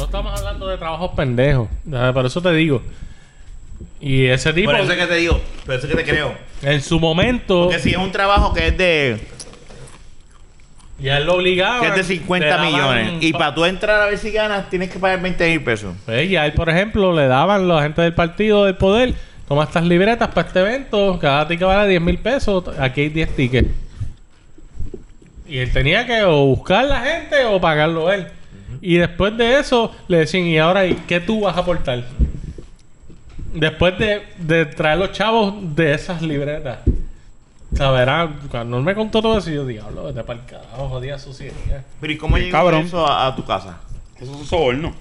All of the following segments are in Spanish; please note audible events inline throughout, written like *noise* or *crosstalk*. ciento de trabajos pendejos. Ah, Por eso te digo. Y ese tipo, Por eso es que te digo, por eso es que te creo. en su momento, Porque si es un trabajo que es de, ya lo obligaba. que es de 50 millones y para tú entrar a ver si ganas tienes que pagar 20 mil pesos. Pues ya él, por ejemplo, le daban la gente del partido del poder, toma estas libretas para este evento, cada ticket vale 10 mil pesos, aquí hay 10 tickets. Y él tenía que o buscar la gente o pagarlo él. Y después de eso le decían, ¿y ahora ¿y qué tú vas a aportar? Después de, de traer los chavos de esas libretas. Saberá, cuando él me contó todo eso, yo diablo, vete para el carajo, jodida suciedad. Pero ¿y cómo Sí, llegó cabrón. eso a, a tu casa? Eso es un soborno.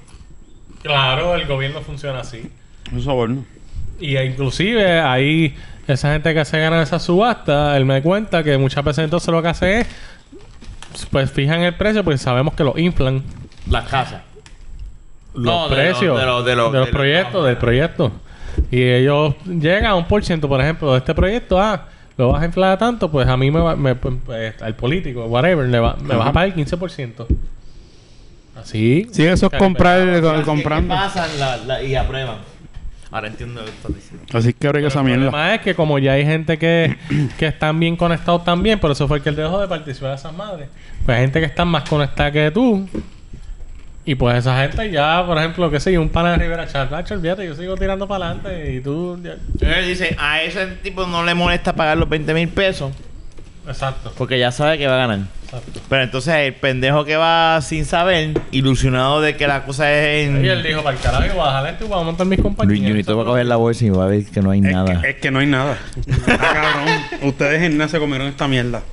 Claro, el gobierno funciona así. Es un soborno. Y eh, inclusive ahí esa gente que se gana esa subasta, él me cuenta que muchas veces entonces lo que hace es pues fijan el precio porque sabemos que lo inflan Las casas. los No, de precios los- de los- de los- de los- proyectos del proyecto y ellos llegan a un por ciento por ejemplo de este proyecto ah lo vas a inflar a tanto pues a mí me, va, me- pues, eh, al político whatever le va- me vas a pagar el 15% así Sí, eso es comprar, eh, Así que comprando. Pasan la- la- y aprueban. Ahora entiendo lo que estás diciendo. Así que abriga esa El mierda. problema es que como ya hay gente que, que están bien conectados también, por eso fue que él dejó de participar a esas madres. Pues hay gente que está más conectada que tú. Y pues esa gente ya, por ejemplo, qué sé yo, un pana de Rivera Chat, "Nacho, olvídate, yo sigo tirando para adelante y tú... ya". Entonces dice, a ese tipo no le molesta pagar los 20 mil pesos Exacto, porque ya sabe que va a ganar. exacto. Pero entonces el pendejo que va sin saber, ilusionado de que la cosa es en... Y él dijo, para el carajo, yo voy a dejar esto y voy a montar mis compañías. Luis Junito va a coger la bolsa y va a ver que no hay Es nada. que, es que no hay nada. Está cabrón. Ustedes en nada se comieron esta mierda.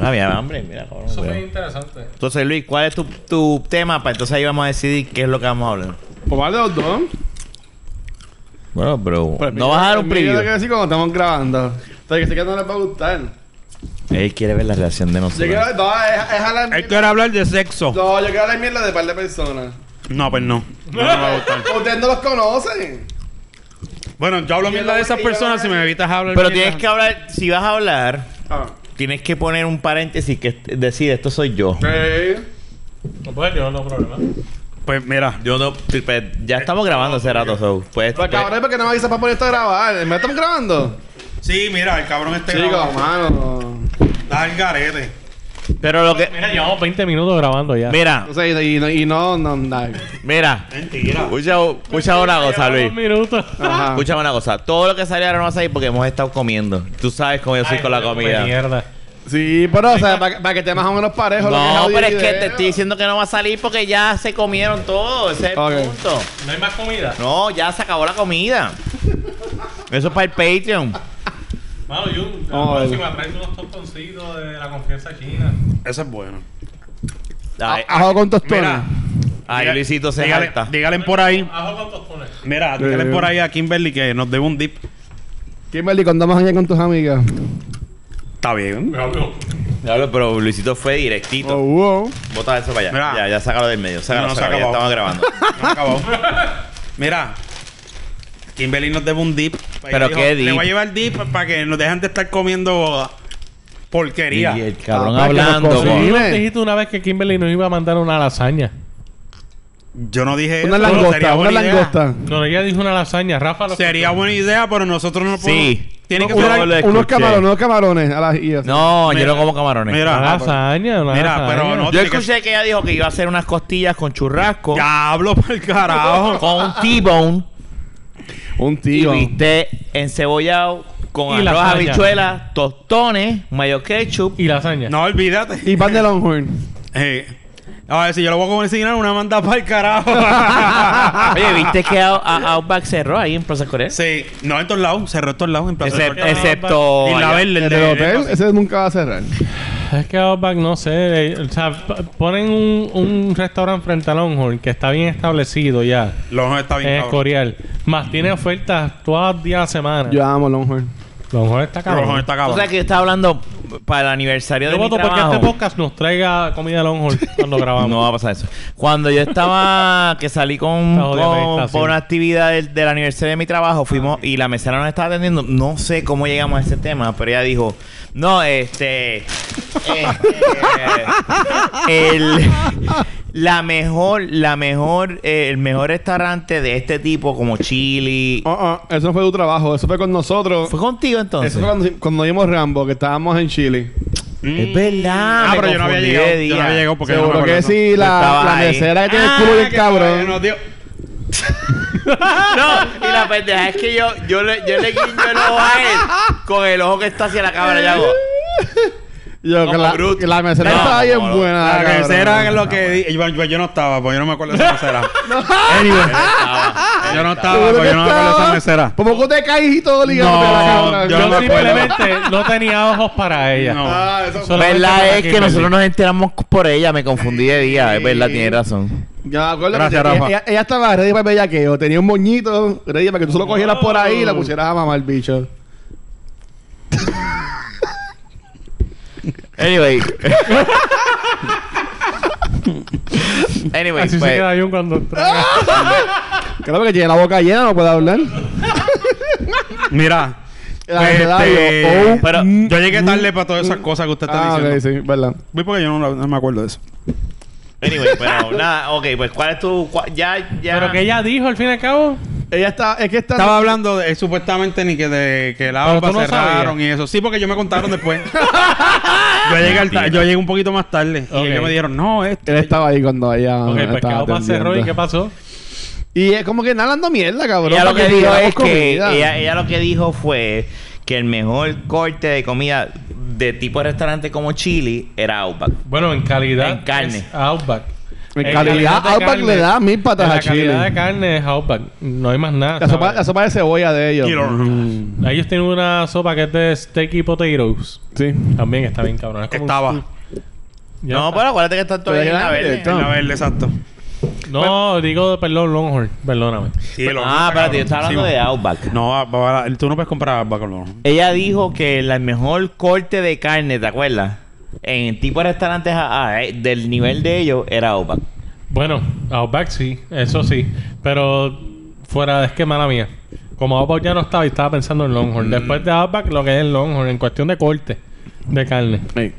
Ah, mira, hambre, mira, cabrón. Eso fue weón. interesante. Entonces, Luis, ¿cuál es tu, tu tema? Para entonces ahí vamos a decidir qué es lo que vamos a hablar. Pues vale los dos. Bueno, pero... Pues, No vas a dar un mira, Yo tengo que preview. decir cuando estamos grabando. O sea, que sé que no les va a gustar. Él quiere ver la reacción de Yo quiero... nosotros. No, es, es jalar Él mierda. quiere hablar de sexo. No, yo quiero hablar mierda de par de personas. No, pues no. No me va a gustar. *laughs* Ustedes no los conocen. Bueno, yo hablo mierda de esas personas si me evitas hablar Pero mierda. tienes que hablar... Si vas a hablar, Ah. tienes que poner un paréntesis que est- decir esto soy yo. Sí. No puede, yo no problema. Pues mira, Yo no... pues, Ya estamos grabando hace rato, so, pues, Pero cabrón, ¿por qué no me avisas para poner esto a grabar? ¿Me están grabando? Sí, mira, el cabrón este Chicos, grabando. mano. Está al garete. Pero lo que... Mira, llevamos 20 minutos grabando ya. Mira, O sea, y, y no, y no, no, no. mira. Mentira. Escucha, escucha una cosa, Luis. Llevamos minutos. Ajá. Escúchame una cosa, todo lo que sale ahora no va a salir porque hemos estado comiendo. Tú sabes cómo yo soy Ay, con la qué comida. Mierda. Sí, pero o sea, para, que esté más o menos *laughs* parejo. lo No, audio pero y es que video. te estoy diciendo que no va a salir porque ya se comieron todo. Ese es el Ok. punto. ¿No hay más comida? No, ya se acabó la comida. Eso es para el Patreon. Mano, yo, la Oh, próxima traes unos tostoncitos de la confianza china. Ese es bueno. Ay, Ah, Ajo con tostones. Mira. ay, diga- Luisito se Ah, dígale, salta. dígale por ahí. Ajo con tostones. Mira, dígale Eh. por ahí a Kimberly que nos debe un dip. Kimberly, ¿cuándo más allá con tus amigas? Está bien. Claro, pero Luisito fue directito. Oh, wow. Bota eso para allá. Mira. Ya, ya sácalo del medio. Sácalo, No, no, se sácalo, ya acabó. estamos *laughs* grabando. No ha acabado. Mira, Kimberly nos debe un dip. Pero Ella qué Le dip. voy a llevar dip para que nos dejen de estar comiendo porquería. Y el cabrón Ah, para que hablando. nos con- cocine. Tú dijiste una vez que Kimberly nos iba a mandar una lasaña. Yo no dije Una eso, langosta, sería una buena idea. langosta. No, ella dijo una lasaña. Rafa lo Sería buena idea, pero nosotros no podemos. Sí. Tiene que No, ser no algo- le- Unos escuché. camarones, unos camarones a las IAS. No, yo Mira. no como camarones. Una Mira, lasaña, una Mira, lasaña. pero no- Yo escuché que ella dijo que iba a hacer unas costillas con churrasco, ya hablo por el carajo. con un T-bone Un y tío. viste encebollado con Y arroz, lasaña. habichuelas, tostones, *laughs* mayo ketchup. Y lasaña. No, olvídate. Y pan de Longhorn. Eh, a ver, si yo lo voy a consignar, una manda para *laughs* el carajo. Oye, ¿viste que Out- a- Outback cerró ahí en Plaza Corea? sí, no en todos lados, cerró en todos lados en Plaza del Excep- Sol. excepto... Y la allá. verde, *laughs* El el del de- hotel, de- ese nunca va a cerrar. Es que Outback, no sé. eh, o sea, p- ponen un, un restaurante frente a Longhorn que está bien establecido ya. Longhorn está bien En cabrón. Escorial. Más tiene ofertas todos los días de la semana. Yo amo Longhorn. Longhorn está Longhorn cabrón. está Tú cabrón. sabes que yo estaba hablando para el aniversario Yo de mi voto porque este trabajo. podcast nos traiga comida Longhorn cuando *laughs* grabamos. No va a pasar eso. Cuando yo estaba, que salí con, Está jodida, con- está por haciendo. una actividad del, del aniversario de mi trabajo, fuimos y la mesera nos estaba atendiendo. No sé cómo llegamos a ese tema, pero ella dijo, no, este, este, el, la mejor, la mejor, eh, el mejor restaurante de este tipo, como Chili. Oh, oh, eso no fue tu trabajo, eso fue con nosotros. ¿Fue contigo entonces? eso fue cuando, cuando vimos Rambo, que estábamos en Chile. Es verdad. Ah, me pero yo no había confundí de llegado. Yo no día. había llegado porque no Seguro me que acuerdo. sí, la, Estaba la ahí. mesera que tiene el Ah, culo del que cabrón. todavía no dio. No, y la pendeja es que yo, yo, le, yo le guiño el ojo a él con el ojo que está hacia la cámara. Yo hago, Yo, que Como la, Groot. que la mesera No, estaba bien como- buena. La Ah, cabrón. mesera es Ah, lo que... di- Yo, yo- yo no estaba, pues yo no me acuerdo de esa mesera. Yo no estaba, Seguro pues que yo no me acuerdo de esa estaba. mesera. Por poco te caes y todo ligado No, de la cámara. yo Yo no me acuerdo. simplemente no tenía ojos para ella. No. Ah, eso fue. Solamente verdad para es que Kimberly. nosotros nos enteramos por ella. Me confundí de día. Es verdad, tiene razón. Ya me acuerdo. Gracias, que- Rafa. Ella, ella estaba ready para el bellaqueo. Tenía un moñito ready para que tú solo cogieras por ahí y la pusieras a mamar, bicho. Anyway. anyway, Así se pues, queda yo cuando traga. Claro que tiene la boca llena, no puede hablar. Mira, La ansiedad, este, yo, oh, pero mm, yo llegué tarde para todas esas cosas que usted está Ah, diciendo. ok, sí, verdad. Voy porque yo no, no me acuerdo de eso. anyway, pero nada, ok, pues ¿cuál es tu. cua- ya, ya. Pero que ella dijo al fin y al cabo. Ella está, es que está. Estaba hablando de, eh, supuestamente ni que de que la Pero APA tú no cerraron sabías. y eso. Sí, porque yo me contaron después. yo, llegué al ta- yo llegué un poquito más tarde. Ok. Y ellos me dijeron, no, esto. Él estaba ahí cuando ella. ok, pues Ah, estaba quedó para cerró y atendiendo. qué pasó. Y es como que nada hablando mierda, cabrón. Ella lo porque que dijo tiramos es que comida. ella, ella lo que dijo fue que el mejor corte de comida de tipo de restaurante como Chili era Outback. Bueno, en calidad. En carne. es Outback. En calidad, de Outback carne. le da mil patas En a la calidad Chile. de carne es Outback. No hay más nada. La sopa, ¿sabes? la sopa de cebolla de ellos. Killer. Mm, Ellos tienen una sopa que es de steak y potatoes. Sí. También está bien cabrón. Es como un- Estaba. Ya no, está. pero acuérdate que está todo Pero en ya la era verde. directo. En la verde, exacto. No, digo, perdón, Longhorn. Perdóname. Ah, espérate, yo estaba hablando de Outback. No, ah, va- va- tú no puedes comprar Alba con los. Ella dijo que la- el mejor corte de carne, ¿te acuerdas? En el tipo de restaurantes ah, ah, eh, del nivel de ellos era Outback. Bueno, Outback sí, eso sí. Pero fuera de esquema la mía. Como Outback ya no estaba y estaba pensando en Mm. Longhorn. Después de Outback, lo que es el Longhorn, en cuestión de corte de carne. Ey.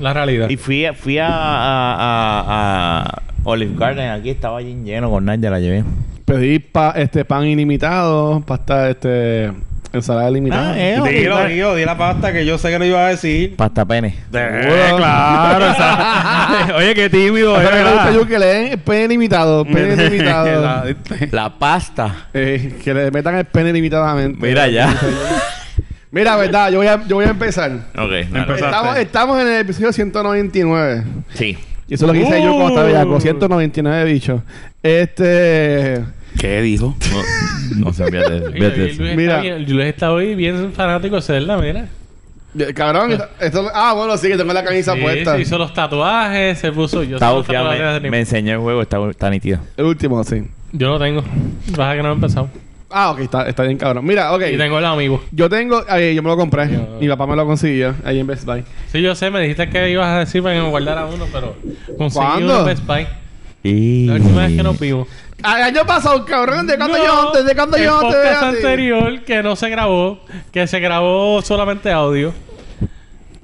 La realidad. Y fui, a- fui a, a- a- a Olive Garden, aquí estaba bien lleno con Nadia, la llevé. Pedí pa, este, pan ilimitado, pasta, este, ensalada ilimitada. Ah, eh. Dilo, tío, di la pasta que yo sé que lo iba a decir. Pasta pene. Eh, *laughs* claro, exacto. Oye, qué tímido, *laughs* Pero que le gusta ¿verdad? yo que le den el pene ilimitado, pene *laughs* ilimitado. La pasta. Eh, que le metan el pene ilimitadamente. Mira ya. Mira, verdad, yo voy a, yo voy a empezar. ok, dale. Empezaste. Estamos, estamos en el episodio 199. Sí. Y eso es lo que hice yo cuando Uh. estaba bellaco. 199 bichos. Este. ¿Qué dijo? No, no sabía de Oye, Luis está Mira. bien- Luis está hoy bien fanático de Zelda, mira. eh, Cabrón, esto, esto- Ah, bueno, sí, que tengo la camisa Sí, puesta. se hizo los tatuajes, se puso. Yo, Está sé los bufiado, tatuajes de me, Disney. me enseñó el juego, está, está nítido. El último, sí. yo no tengo. Baja que no he empezado. Ah, ok, está, está bien, cabrón. Mira, ok. Y tengo el amigo. Yo tengo. eh, yo me lo compré. Yo- Mi papá me lo consiguió ahí en Best Buy. Sí, yo sé, me dijiste que ibas a decir para que me guardara uno, pero conseguí ¿Cuándo? uno en Best Buy. Y... La última vez que nos vimos. Al año pasado, cabrón. ¿De cuándo No, yo no, ¿De cuándo el yo no te veo podcast a ti? anterior que no se grabó, que se grabó solamente audio.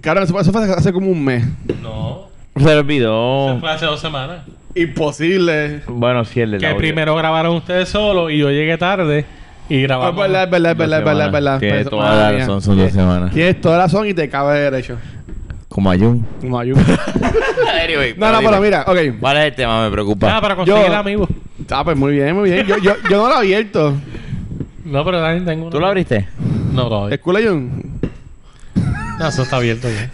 Cabrón, eso, fue- eso fue hace- hace como un mes. No, *laughs* Se le olvidó. fue hace dos semanas. Imposible. Bueno, sí, el de que primero grabaron ustedes solo y yo llegué tarde y Ah, Es grabamos. verdad, es verdad, es verdad, es verdad, es verdad. Tiene Pues, toda madre la mía. razón, son dos semanas. Tienes toda la razón y te cabe derecho. Como *laughs* Ayun. No *laughs* ayuda. no, no, pero mira, ok. ¿Cuál es el tema? Me preocupa. Ah, para conseguir Yo- el amigo. Ah, pues muy bien, muy bien. Yo, yo, yo no lo he abierto. No, pero también tengo uno. ¿Tú lo abriste? No, todavía. *laughs* ¿Es cool, Ayun? No, eso está abierto ya.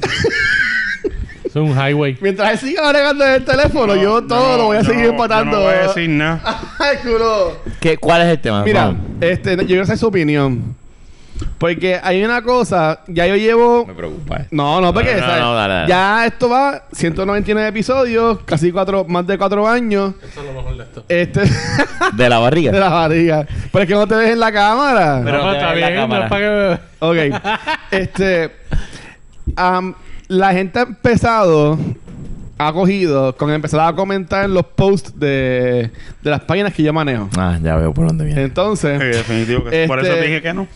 es un highway. Mientras él siga bregando en el teléfono, yo todo lo voy a yo seguir no- empatando. Yo no voy a *laughs* decir nada. Ay, culo. ¿Qué, ¿Cuál es el tema? Mira, Vamos. este, yo quiero saber su opinión. Porque hay una cosa, ya yo llevo. Me preocupa. eh. No, no, porque No, no, ¿sabes? no, dale, dale. ya esto va 199 episodios, casi cuatro, más de cuatro años. Eso es lo mejor de esto. Este, *laughs* De la barriga. de la barriga. Pero es que no te ves en la cámara. Pero no, pues, no te está ve la bien, no cámara. es para que... Ok. este. am, la gente ha empezado. Ha cogido con empezar a comentar los posts de, de las páginas que yo manejo. Ah, ya veo por dónde viene. Sí, Entonces, definitivo. Que Por eso Este- te dije que no.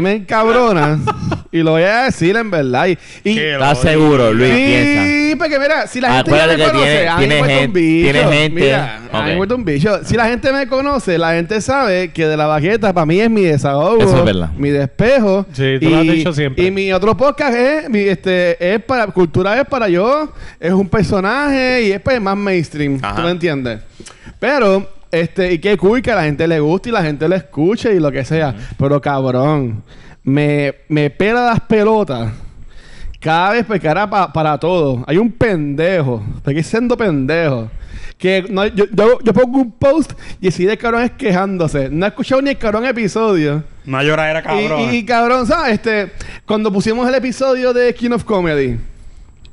*laughs* me encabrona. y lo voy a decir en verdad. Y. y- Que lo ¿Estás seguro, Luis? Sí, Piensa. Ah, Sí, porque mira, si la gente Acuérdate ya me que conoce, tiene- a mí me tiene importa un gente- bicho. tiene gente. Mira, a mí me Ok. importa un bicho. Si la gente me conoce, la gente sabe que de la baqueta para mí es mi desahogo. Eso es verdad. Mi despejo. Sí, tú lo has dicho siempre. Y mi otro podcast es, mi, este, es para, cultura es para yo, es un personaje y es pues, más mainstream. Ajá. ¿Tú me entiendes? Pero, este, y qué cool que a la gente le guste y la gente le escuche y lo que sea. Pero cabrón, me, me pela las pelotas. Cada vez porque ahora pa- para todo. Hay un pendejo. Estoy siendo pendejo. Que no, yo, yo, yo pongo un post y si el cabrón es quejándose. No he escuchado ni el cabrón episodio. Una lloradera Y- cabrón. Y, y cabrón, ¿sabes? Este, cuando pusimos el episodio de King of Comedy,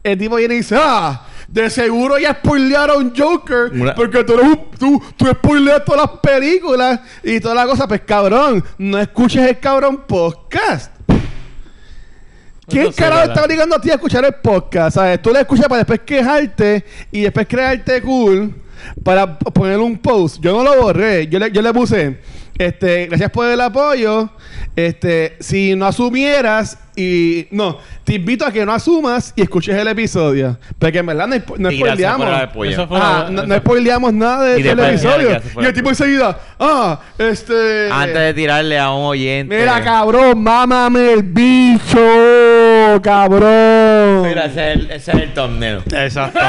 el tipo viene y dice, ah, de seguro ya spoilearon Joker, Una- porque tú eres un- tú, tú spoileas todas las películas y toda la cosa. Pues cabrón, no escuches el cabrón podcast. ¿Quién Eso sí, carajo ¿verdad? está obligando a ti a escuchar el podcast? ¿Sabes? Tú lo escuchas para después quejarte y después crearte cool para p- poner un post. Yo no lo borré. Yo le, yo le puse, este, gracias por el apoyo. Este, si no asumieras y... No, te invito a que no asumas y escuches el episodio. Porque en verdad no, espo- no Y gracias por spoileamos. el apoyo. Eso fue- Ah, no, no spoileamos nada de- Y del después- episodio. gracias por Y el el tipo enseguida, ah, este... Antes de tirarle a un oyente. Mira, cabrón, mámame el bicho, cabrón. Mira, ese es el, ese es el thumbnail. Eh. Exacto.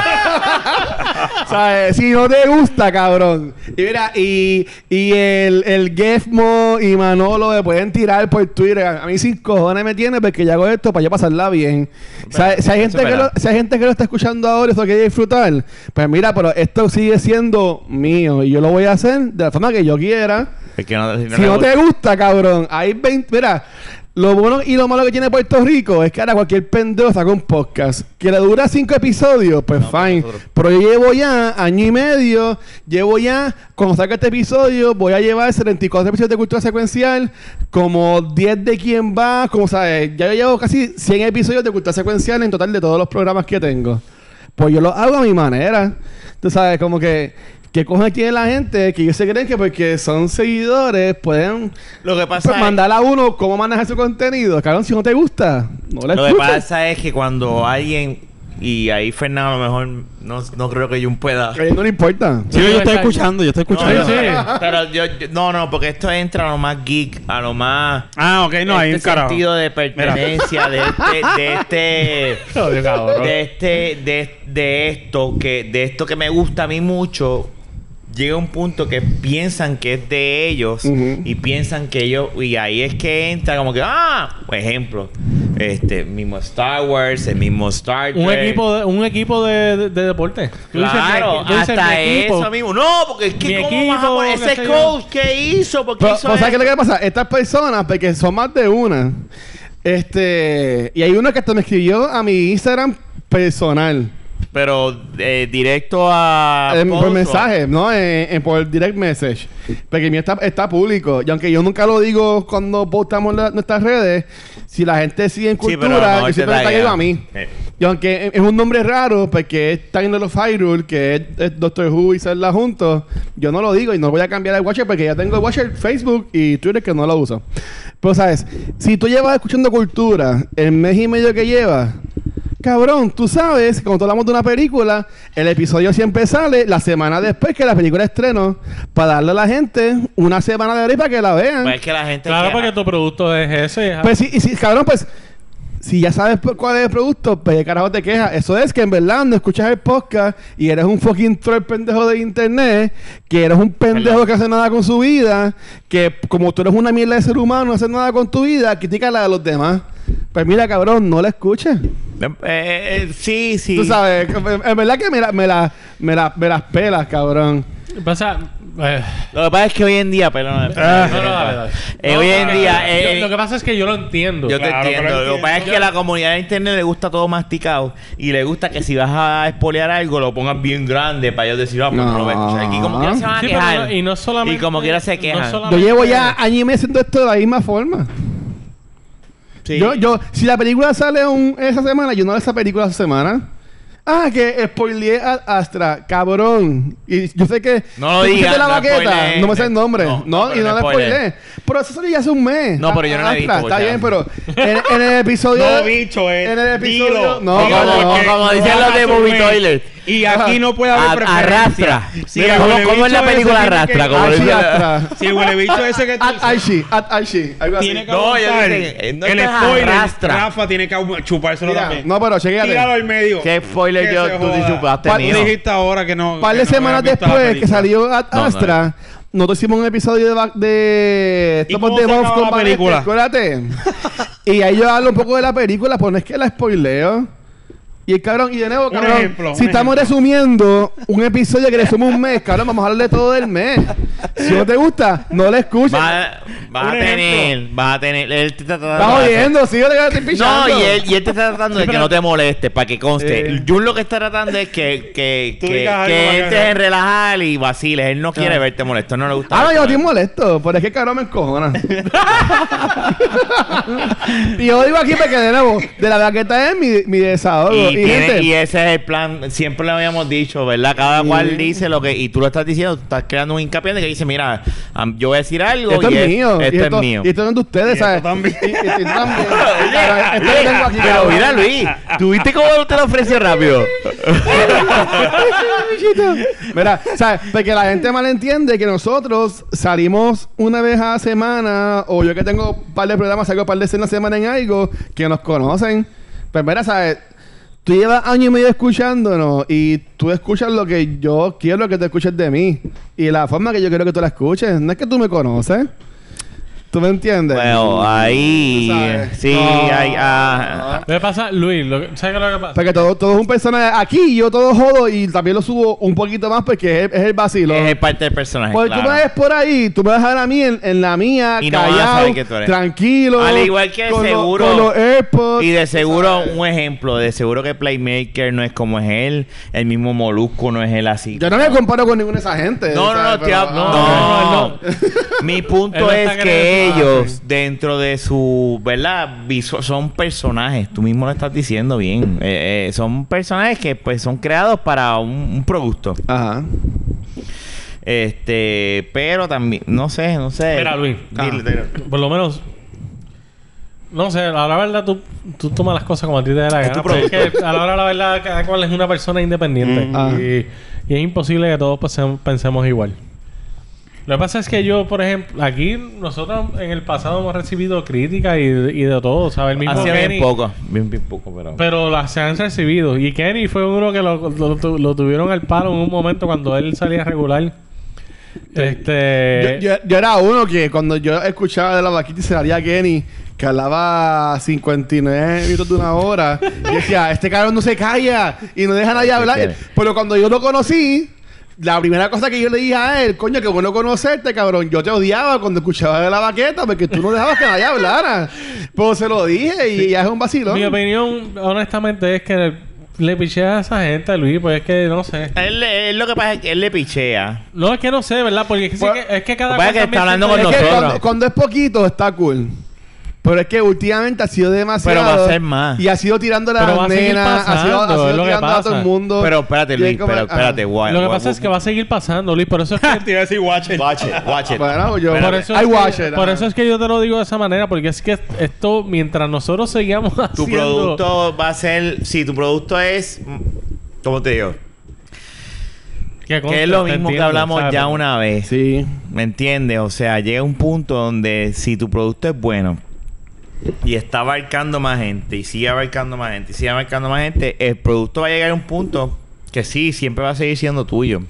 *laughs* ¿Sabes? Si no te gusta, cabrón. Y mira, y, y el, el Gefmo y Manolo me pueden tirar por Twitter. A mí sin cojones me tiene porque yo hago esto para yo pasarla bien. ¿Sabes? Si hay, gente eso es que lo, verdad. si hay gente que lo está escuchando ahora y eso quiere disfrutar, pues mira, pero esto sigue siendo mío y yo lo voy a hacer de la forma que yo quiera. Es que no, Si le no gusta- te gusta, cabrón, hay 20. Mira, lo bueno y lo malo que tiene Puerto Rico es que ahora cualquier pendejo saca un podcast. Que le dura cinco episodios, pues fine. nosotros- Pero yo llevo ya año y medio, llevo ya, cuando saca este episodio, voy a llevar 74 episodios de cultura secuencial, como 10 de quién va, como sabes, ya yo llevo casi 100 episodios de cultura secuencial en total de todos los programas que tengo. Pues yo lo hago a mi manera. Tú sabes, como que, que coge tiene la gente que ellos se creen que porque son seguidores pueden Lo que pues, pasa es. mandar a uno cómo manejar su contenido. Cabrón, si no te gusta, no le Lo que escuches. pasa es que cuando alguien. Y ahí Fernando, a lo mejor. No, no creo que yo pueda. A ellos no le importa. Sí, yo estoy escuchando, yo estoy No, escuchando. no, Sí, sí. Pero yo, yo- No, no, porque esto entra a lo más geek, a lo más. Ah, ok, Eh, no, hay un este carajo. sentido de pertenencia, de este. De *laughs* este Odio, cabrón. de este de, de esto que de esto que me gusta a mí mucho llega un punto que piensan que es de ellos Ujú. y piensan que ellos y ahí es que entra como que ah por ejemplo este mismo Star Wars el mismo Star Trek Un equipo de, un equipo de, de- de deporte. Tú dices, Claro, mi equi- yo hice hasta mi equipo. eso mismo. No, porque es que Mi cómo equipo, vas a poner- qué ese sé yo. coach que hizo, porque Pero, hizo pero ¿sabes qué es esto? lo que pasa? Estas personas, porque son más de una, este... Y hay una que hasta me escribió a mi Instagram personal. Pero eh, directo a En- Eh, por post, mensaje, ¿no? En- en- por direct message. Porque el mío está, está público. Y aunque yo nunca lo digo cuando postamos la- nuestras redes, si la gente sigue en Sí, pero a lo cultura, mejor yo te siempre me está taguea. yendo a mí. Sí. Y aunque es- es un nombre raro, porque es Time of Hyrule, que es, es Doctor Who y Zelda juntos, yo no lo digo y no voy a cambiar el Watcher porque ya tengo el Watcher Facebook y Twitter que no lo uso. Pero, ¿sabes? Si tú llevas escuchando cultura el mes y medio que llevas, cabrón, tú sabes, cuando hablamos de una película, el episodio siempre sale la semana después que la película estrenó para darle a la gente una semana de break para que la vean. Pues es que la gente Claro, que- porque tu producto es ese. Ah. ajá. Pues sí, y si, cabrón, pues si ya sabes por cuál es el producto, pues ¿qué carajo te quejas. Eso es que en verdad no escuchas el podcast y eres un fucking troll pendejo de internet, que eres un pendejo Perdón. que hace nada con su vida, que como tú eres una mierda de ser humano, no haces nada con tu vida, critica la de los demás. Pues mira, cabrón, no la escuches. Eh, eh, eh, sí, sí. Tú sabes, en verdad que me, la- me, la- me, la- me las pelas, cabrón. Pasa. eh, Lo que pasa es que hoy en día, perdón. Ah. Eh, no, no, dale, dale. No, hoy en porque día. yo- eh, lo que pasa es que yo lo entiendo. yo te Claro, entiendo. pero Lo que pasa es que a la comunidad de internet le gusta todo masticado. Y le gusta que si vas a espolear algo, lo pongas bien grande para ellos decir, ah, pues no, lo voy a escuchar. Y Ah. como quiera se van a Sí, pero quejar. no- y no solamente. Y como quiera se no quejan. Yo solamente- llevo ya año y medio haciendo esto de la misma forma. Sí. Yo, yo, si la película sale un- esa semana, yo no veo esa película esa semana. Ah, que spoileé a Astra, cabrón. Y yo sé que. No lo ¿tú pusiste digas, la no baqueta. spoileé. no me sé el nombre. No, No, no, y pero no no la spoileé. spoileé. Pero eso salió ya hace un mes. No, pero yo no la he Astra, visto, Está ya. bien, pero. En, *laughs* en el episodio. No, bicho, eh. En el episodio. Dilo. No, Dilo, no, no. porque- como dicen los de Movie Asume. Toilet. Y aquí no puede haber A- preferencia. arrastra. Si Mira, el ¿cómo- huele cómo es la bicho película ese tiene Arrastra? que- Como Archie dice- Astra. Si el huele bicho ese que tú At Archie, at Archie. Algo así. tiene que No, yo aguantar. dije, no el te spoiler, arrastra. Rafa tiene que agu- chupárselo Mira, también. No, pero chequéate. Tíralo al medio. ¿Qué spoiler Que yo- se tú joda. te chupaste, Tú mío? dijiste ahora que no. Un par que de no semanas habías visto la después que película. salió Ad No, no. Astra, nosotros hicimos un episodio de, ba- de ¿Y Top of cómo the se Month acaba con la película? *laughs* Acuérdate. y ahí yo hablo un poco de la película, pues no es que la spoileo. Y el cabrón, y de nuevo, cabrón, ejemplo, un si estamos resumiendo un episodio que le sumo un mes, cabrón, vamos a hablar de todo el mes. Si no te gusta, no le escuches. Va, va a Un tener, va a tener. Él te está tratando Estás de- oyendo, sí, yo te *laughs* estoy No, pichando. y él, y él te está tratando de que no te molestes, para que conste. Eh. Jun lo que está tratando es que, que, Tú que, digas que algo para entres que- en relajar y vaciles. Él no quiere verte molesto, no le gusta. Ah, no, verte yo estoy molesto. molesto, pero es que el cabrón *laughs* me encojona. y yo digo aquí porque de nuevo, de la baqueta es mi, mi desahogo. Y, Y, tiene- gente, y ese es el plan, siempre lo habíamos dicho, ¿verdad? Cada cual dice lo que. Y tú lo estás diciendo, tú estás creando un hincapié de que dice, mira, am- yo voy a decir algo. esto y es mío. Este y es esto, mío. *laughs* Y esto no es de ustedes, Y ¿sabes? esto también. Y, y- y también. Llega, Esto que tengo llega. aquí, Pero cabrón. mira, Luis, ¿tuviste cómo te lo ofreció *laughs* rápido? Mira, ¿sabes? Porque la gente malentiende que nosotros salimos una vez a la semana, o yo que tengo un par de programas, salgo un par de veces en la semana en algo, que nos conocen. Pero mira, ¿sabes? Tú llevas año y medio escuchándonos y tú escuchas lo que yo quiero que tú escuches de mí. Y la forma que yo quiero que tú la escuches. No es que tú me conoces. ¿Tú me entiendes? Bueno, ah. ahí. Tú sabes. Sí, No. ahí. ah, ¿Qué pasa, Luis? lo que- ¿Sabes qué es lo que pasa? Porque todo, todo es un personaje. Aquí yo todo jodo y también lo subo un poquito más porque es, es el vacilo. es el parte del personaje. Porque claro. Pues tú me ves por ahí, tú me vas a ver a mí en, en la mía, Y no vas a callado, saber que tú eres. tranquilo. Al igual que con lo- seguro- con los AirPods. Y de seguro, un ejemplo, de seguro que Playmaker no es como es él, el mismo Molusco no es él así. Yo no me comparo con ninguna de esa gente. No, no, no, ¿sabes? te Pero- hab- no, ah, no, no, Mi punto Él no es está que queriendo decir- ellos, dentro de su, ¿verdad? Visu- son personajes, tú mismo lo estás diciendo bien. Eh, eh, son personajes que pues son creados para un, un producto. Ajá. Este, pero también, no sé, no sé. Mira, Luis. Dile, dile. Por lo menos. No sé, a la verdad tú, tú tomas las cosas como a ti te dé la gana. tu pero es que a la hora de la verdad cada cual es una persona independiente. Mm, Ah. y, y es imposible que todos pense- pensemos igual. Lo que pasa es que yo, por ejemplo, aquí nosotros en el pasado hemos recibido críticas y, y de todo, ¿sabes? El mismo Hace Kenny- bien poco, bien, bien poco, pero... pero las se han recibido. Y Kenny fue uno que lo, lo tu- lo tuvieron al palo en un momento cuando él salía regular. Yo, Este. yo- yo era uno que cuando yo escuchaba de la vaquita y se la haría a Kenny, que hablaba 59 minutos de una hora, yo decía, este cabrón no se calla y no deja a nadie hablar. tiene. Pero cuando yo lo conocí, la primera cosa que yo le dije a él, coño, qué bueno conocerte, cabrón. Yo te odiaba cuando escuchaba de la vaqueta porque tú no dejabas que nadie hablara. Pero se lo dije y ya es un vacilón. Mi opinión, honestamente, es que le piché a esa gente, Luis, pues es que no sé. Él, él lo que pasa es que él le pichea. No, es que no sé, ¿verdad? Porque es que, sí Bueno, que- es que cada lo que pasa cual es que también está hablando siente- con Es que nosotros. cuando, cuando es poquito está cool. Pero es que últimamente ha sido demasiado. Pero va a ser más. Y ha sido tirando a Pero va las a seguir nenas, ha sido, ha pasando, sido es lo que tirando a pasa. todo el mundo. Pero espérate, Y es Luis, como- ah, pero ajá. espérate, guay. Lo que pasa es que va a seguir pasando, Luis, por eso es *laughs* que Te iba a decir guache. Watch it, watch it. Bueno, yo. Por Por eso, I es watch que, it, ah. por ajá. eso es que yo te lo digo de esa manera, porque es que esto, mientras nosotros sigamos tu haciendo... producto va a ser. Si tu producto es. ¿Cómo te digo? Que Que conste, es lo te mismo que entiendo, hablamos ¿sabes? ya una vez. Sí. ¿Me entiendes? O sea, llega un punto donde si tu producto es bueno y está abarcando más gente y sigue abarcando más gente y sigue abarcando más gente, el producto va a llegar a un punto que sí, siempre va a seguir siendo tuyo.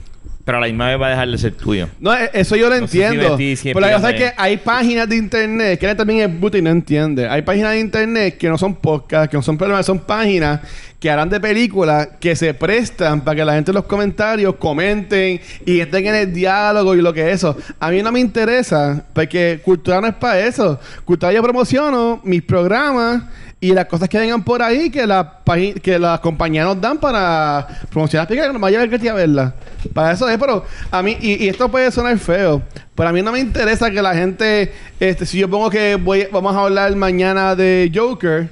Pero a la misma vez va a dejar de ser tuyo. No, e- eso yo lo No sé si entiendo. metí, si pero la cosa es explícame. que hay páginas de internet, que él también es buta y no entiende. Hay páginas de internet que no son podcasts, que no son programas, son páginas que harán de películas que se prestan para que la gente en los comentarios comenten y estén en el diálogo y lo que es eso. A mí no me interesa, porque cultura no es para eso. Cultura yo promociono mis programas y las cosas que vengan por ahí que la pagi- que las compañías nos dan para promocionar las películas que nos va a llevar Katy a verlas. Para eso es, pero a mí, y, y esto puede sonar feo, pero a mí no me interesa que la gente, este, si yo pongo que voy, vamos a hablar mañana de Joker,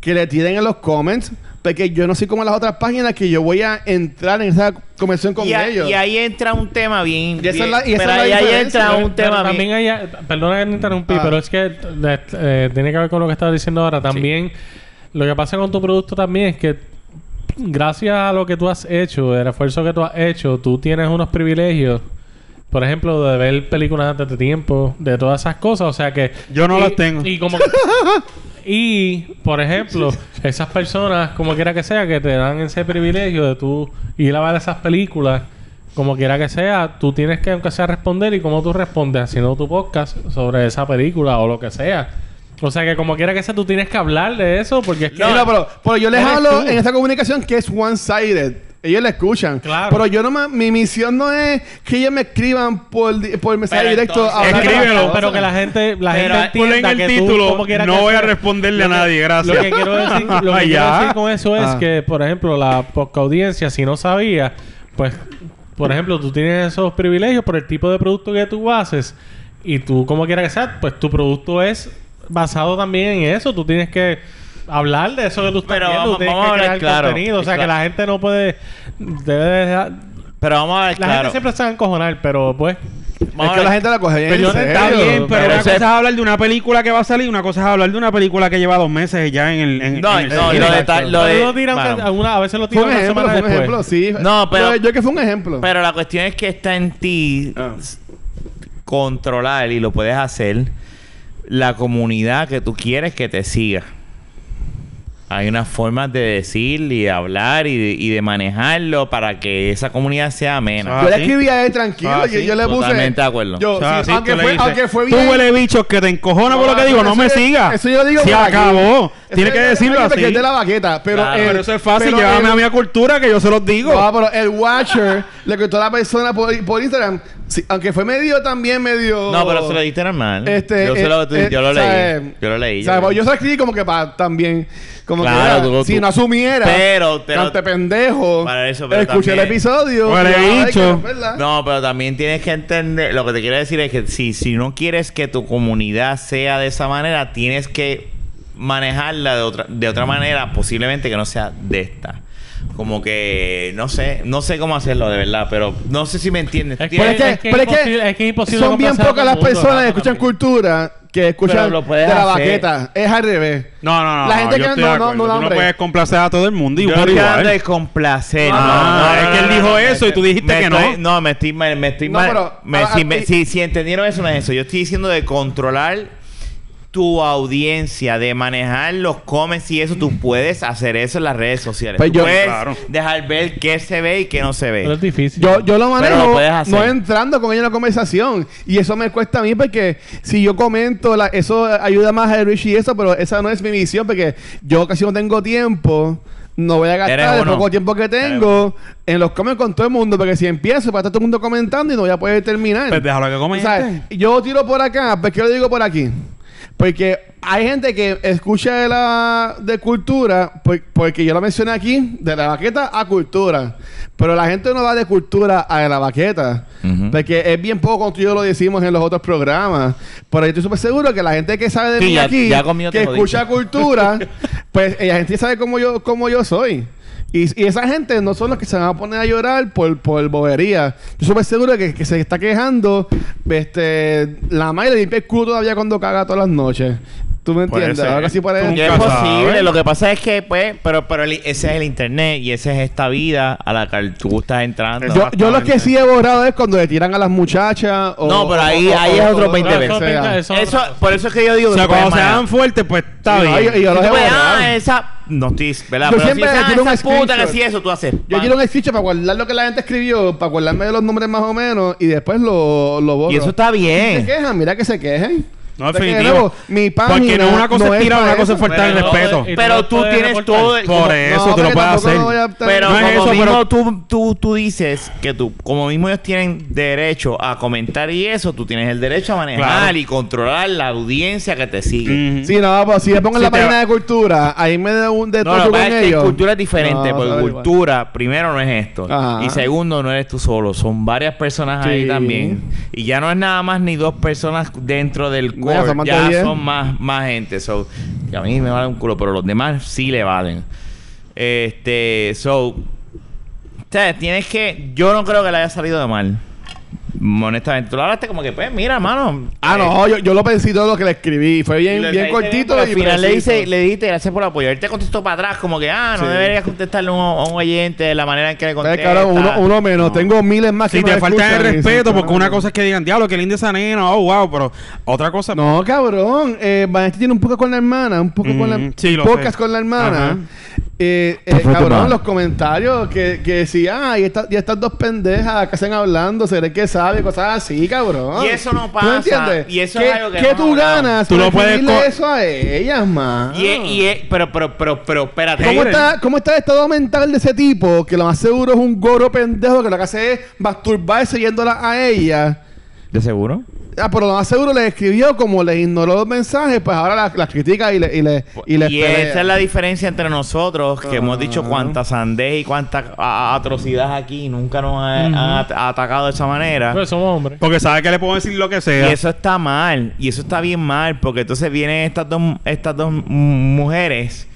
que le tiren en los comments. Porque yo no soy como las otras páginas que yo voy a entrar en esa conversación con y, a- ellos. y ahí entra un tema bien. Y esa es la- bien- y esa pero es la ahí- ahí diferencia, entra ¿no? un tema bien. también hay, perdona que te interrumpí, Ah. pero es que eh, eh, tiene que ver con lo que estaba diciendo ahora. También lo que pasa con tu producto también es que gracias a lo que tú has hecho, el esfuerzo que tú has hecho, tú tienes unos privilegios. Por ejemplo, de ver películas antes de tiempo, de todas esas cosas. O sea que... Yo no y- las tengo. Y como... Y, por ejemplo, esas personas, como quiera que sea, que te dan ese privilegio de tú ir a ver esas películas, como quiera que sea, tú tienes que, aunque sea, responder y cómo tú respondes haciendo tu podcast sobre esa película o lo que sea. O sea que, como quiera que sea, tú tienes que hablar de eso porque es que. No, pero, pero yo les Eres hablo tú. en este esa comunicación que es one-sided. Ellos la escuchan. Claro. Pero yo no me- mi misión no es que ellos me escriban por, di- por mensaje Pero directo. entonces- hablando de Escríbelo, las pero cosas. que la gente, la Pero gente ponen entienda el que título, tú, como quiera no que voy a sea- responderle a lo que- nadie, gracias. Lo que quiero decir, lo que Ah, quiero ya. decir con eso es Ah. que, por ejemplo, la audiencia, si no sabía, pues, por ejemplo, tú tienes esos privilegios por el tipo de producto que tú haces y tú, como quiera que sea, pues tu producto es basado también en eso. Tú tienes que hablar de eso que tú estás Pero haciendo. vamos- tú tienes vamos a que hablar crear claro. contenido. O sea, que Claro. la gente no puede... Debe dejar- Pero vamos a ver, La claro. gente siempre se va a encojonar, pero pues... Vamos a Es que ver. la gente la coge bien. Pero yo en no- serio. está bien, Pero Pero una ese- cosa es hablar de una película que va a salir, una cosa es hablar de una película que lleva dos meses ya en el. en- No, en el no, cine. lo de tal- lo de- Lo tiran Mano. alguna- a veces lo Fue tiran un una ejemplo, semana fue un después. ejemplo, sí. No, pero- Yo que fue un ejemplo. Pero la cuestión es que está en ti Ah. s- controlar y lo puedes hacer la comunidad que tú quieres que te siga. Hay unas formas de decir y hablar y de, y de manejarlo para que esa comunidad sea amena. Ah, yo le ¿sí? escribí a él tranquilo. Ah, yo, sí, yo le puse. totalmente de acuerdo. Yo, O sea, así sí, aunque, tú le fue, dices, aunque fue Tú bien. huele bicho que te encojona por lo que Ah, digo, no eso me yo- sigas. Eso yo digo. Se por aquí. acabó. Eso Tienes yo que digo por decirlo aquí porque así. es de la baqueta. Pero, Claro. el- Pero Pero eso es fácil, pero llévame el- a mi cultura que yo se los digo. No, pero el Watcher *laughs* le contó a la persona por, por Instagram. sí, aunque fue medio también medio. No, pero se lo diste normal. Este, yo, se eh, lo, eh, yo lo leí. ¿sabes? yo lo leí. O sea, yo lo leí. yo se lo escribí como que para también. Como Claro, que tú- era, si tú- no asumiera. Pero- pero- Cante pendejo. Para eso, pero escuché el también- episodio. Huele y ahora hay bicho. que romperla. No, pero también tienes que entender, lo que te quiero decir es que si, si no quieres que tu comunidad sea de esa manera, tienes que manejarla de otra, de otra manera, posiblemente que no sea de esta. Como que no sé, no sé cómo hacerlo de verdad, pero no sé si me entiendes. Es que- Tienes- Pero es que, pero es que imposible- es que es imposible son bien complacer a pocas todo las el mundo, personas que Rafa, escuchan también. cultura que escuchan Pero lo de puedes la hacer. baqueta. Es al revés. No, no, no. La gente yo que- estoy no, de no, acuerdo. no, Tú hombre. no puedes complacer a todo el mundo y yo un por estoy hablando igual. de complacer. No, no, es que él dijo eso y tú dijiste me que no. estoy- No, me estoy mal. Me estoy No, mal- pero- me- ah, si, ah, me- y- si- si entendieron eso, no es eso. Yo estoy diciendo de controlar tu audiencia, de manejar los comments y eso. Tú puedes hacer eso en las redes sociales. Pues tú yo- puedes Claro. dejar ver qué se ve y qué no se Pero es ve. difícil. Yo, yo lo manejo Pero lo puedes hacer. no entrando con ella en la conversación. Y eso me cuesta a mí porque si yo comento, la- eso ayuda más a Rich y eso, pero esa no es mi visión porque yo casi no tengo tiempo. No voy a Eres gastar el uno. poco tiempo que tengo en los comments con todo el mundo porque si empiezo para estar todo el mundo comentando y no voy a poder terminar. Pues déjalo que comente. ¿Sabes? Yo tiro por acá, porque yo lo digo por aquí. Porque hay gente que escucha de la de cultura, por- porque yo lo mencioné aquí, de la baqueta a cultura. Pero la gente no va de cultura a de la baqueta. Ujú. Porque es bien poco como tú y yo lo decimos en los otros programas. Pero yo estoy súper seguro que la gente que sabe de Sí, mí ya- aquí, ya conmigo te que jodiste. *laughs* escucha cultura, pues la gente sabe cómo yo, cómo yo soy. Y, y esa gente no son los que se van a poner a llorar por, por bobería. Yo súper seguro que, que se está quejando. Este, la madre le limpia el culo todavía cuando caga todas las noches. ¿Tú me Puede entiendes? ser. Ahora Tú sí Y parece. Es Nunca posible, sabes. lo que pasa es que, pues, pero, pero el- ese es el internet y esa es esta vida a la que tú estás entrando. Yo, yo lo que sí he borrado es cuando le tiran a las muchachas. O, No, pero o- ahí- o- ahí o- es o- otro o- 20 o- veces. o sea. Eso- Eso, por eso es que yo digo O que sea, tú puedes cuando se manejar. dan fuertes, pues está Sí, no, bien. yo- yo- Si los tú he ves, borrado. ah, esa... No estoy... ¿Verdad? Yo Pero siempre si le esa, tiro un esa puta que screenshot. sí eso, tú haces... Yo pam. quiero un escrito para guardar lo que la gente escribió, para guardarme los nombres más o menos y después lo, lo borro. Y eso está Si se bien. quejan, mira que se quejen. No, O sea, que, de definitivo. nuevo, mi página Porque pues, no es una cosa no es tirar, para una cosa es eso. faltar el Pero- respeto. y- Pero no tú puedes tienes reportar. todo... el- Por como- eso No, tú lo porque puedes tampoco hacer. no voy a- Pero No es como eso, mismo pero- Tú, tú, tú dices que tú... Como mismo ellos tienen derecho a comentar y eso, tú tienes el derecho a manejar Claro. y controlar la audiencia que te sigue. Ujú. Sí, no, pues si yo pongo en Sí, la pero- página de cultura, ahí me da un de No, lo que tocho pasa con es que ellos. cultura es diferente, No, porque sabe igual. cultura, primero, no es esto. Ajá. Y segundo, no eres tú solo, son varias personas ahí Sí. también. Y ya no es nada más ni dos personas dentro del Mira, core, son más de ya diez. son más, más gente. So, que a mí me vale un culo, pero los demás sí le valen. Este, so. O sea, tienes que. Yo no creo que le haya salido de mal. Honestamente, tú lo hablaste como que, pues, mira, mano. Ah, eh, no, yo, yo lo pensé todo lo que le escribí. Fue bien, le- bien le- cortito. Al y final le, preciso. dice, le dijiste gracias por apoyar. Él te contestó para atrás, como que, ah, no Sí. deberías contestarle a un, a un oyente de la manera en que le Ay, contesta. cabrón, uno, uno menos. Tengo miles más que Si no te me falta el escuchan y dicen, respeto, porque cabrón. una cosa es que digan, diablo, qué linda esa nena, oh, wow, pero otra cosa... No, cabrón. Eh, Vanetti tiene un poco con la hermana. Un poco con la... Mm, sí, lo Pocas sé. con la hermana. Ajá. Eh, eh, Está fuerte, cabrón, ma. los comentarios que, que decían, ah, y, esta- y estas dos pendejas que hacen hablando, seré que sabe, cosas así, cabrón. Y eso no ¿Tú pasa. entiendes? Y eso ¿Qué, es algo que ¿qué no hemos tú hablado. ganas? Tú por no puedes escribirle co- eso a ellas, man. Y, es- y es- pero, pero, pero, pero, espérate. ¿Cómo Hater. está, ¿Cómo está el estado mental de ese tipo? Que lo más seguro es un goro pendejo que lo que hace es masturbarse yéndola a ella. ¿De seguro? Ah, pero lo más seguro les escribió, como les ignoró los mensajes, pues ahora las las critica y le y le Pues, Y, y les pelea. esa es la diferencia entre nosotros, que hemos dicho Ah. cuánta sandez y cuánta a- a- atrocidad aquí. Nunca nos ha- Ujú. han at- atacado de esa manera. Pero somos hombres. Porque sabe que le puedo decir lo que Y sea. eso está mal. Y eso está bien mal. Porque entonces vienen estas dos, estas dos mm, mujeres.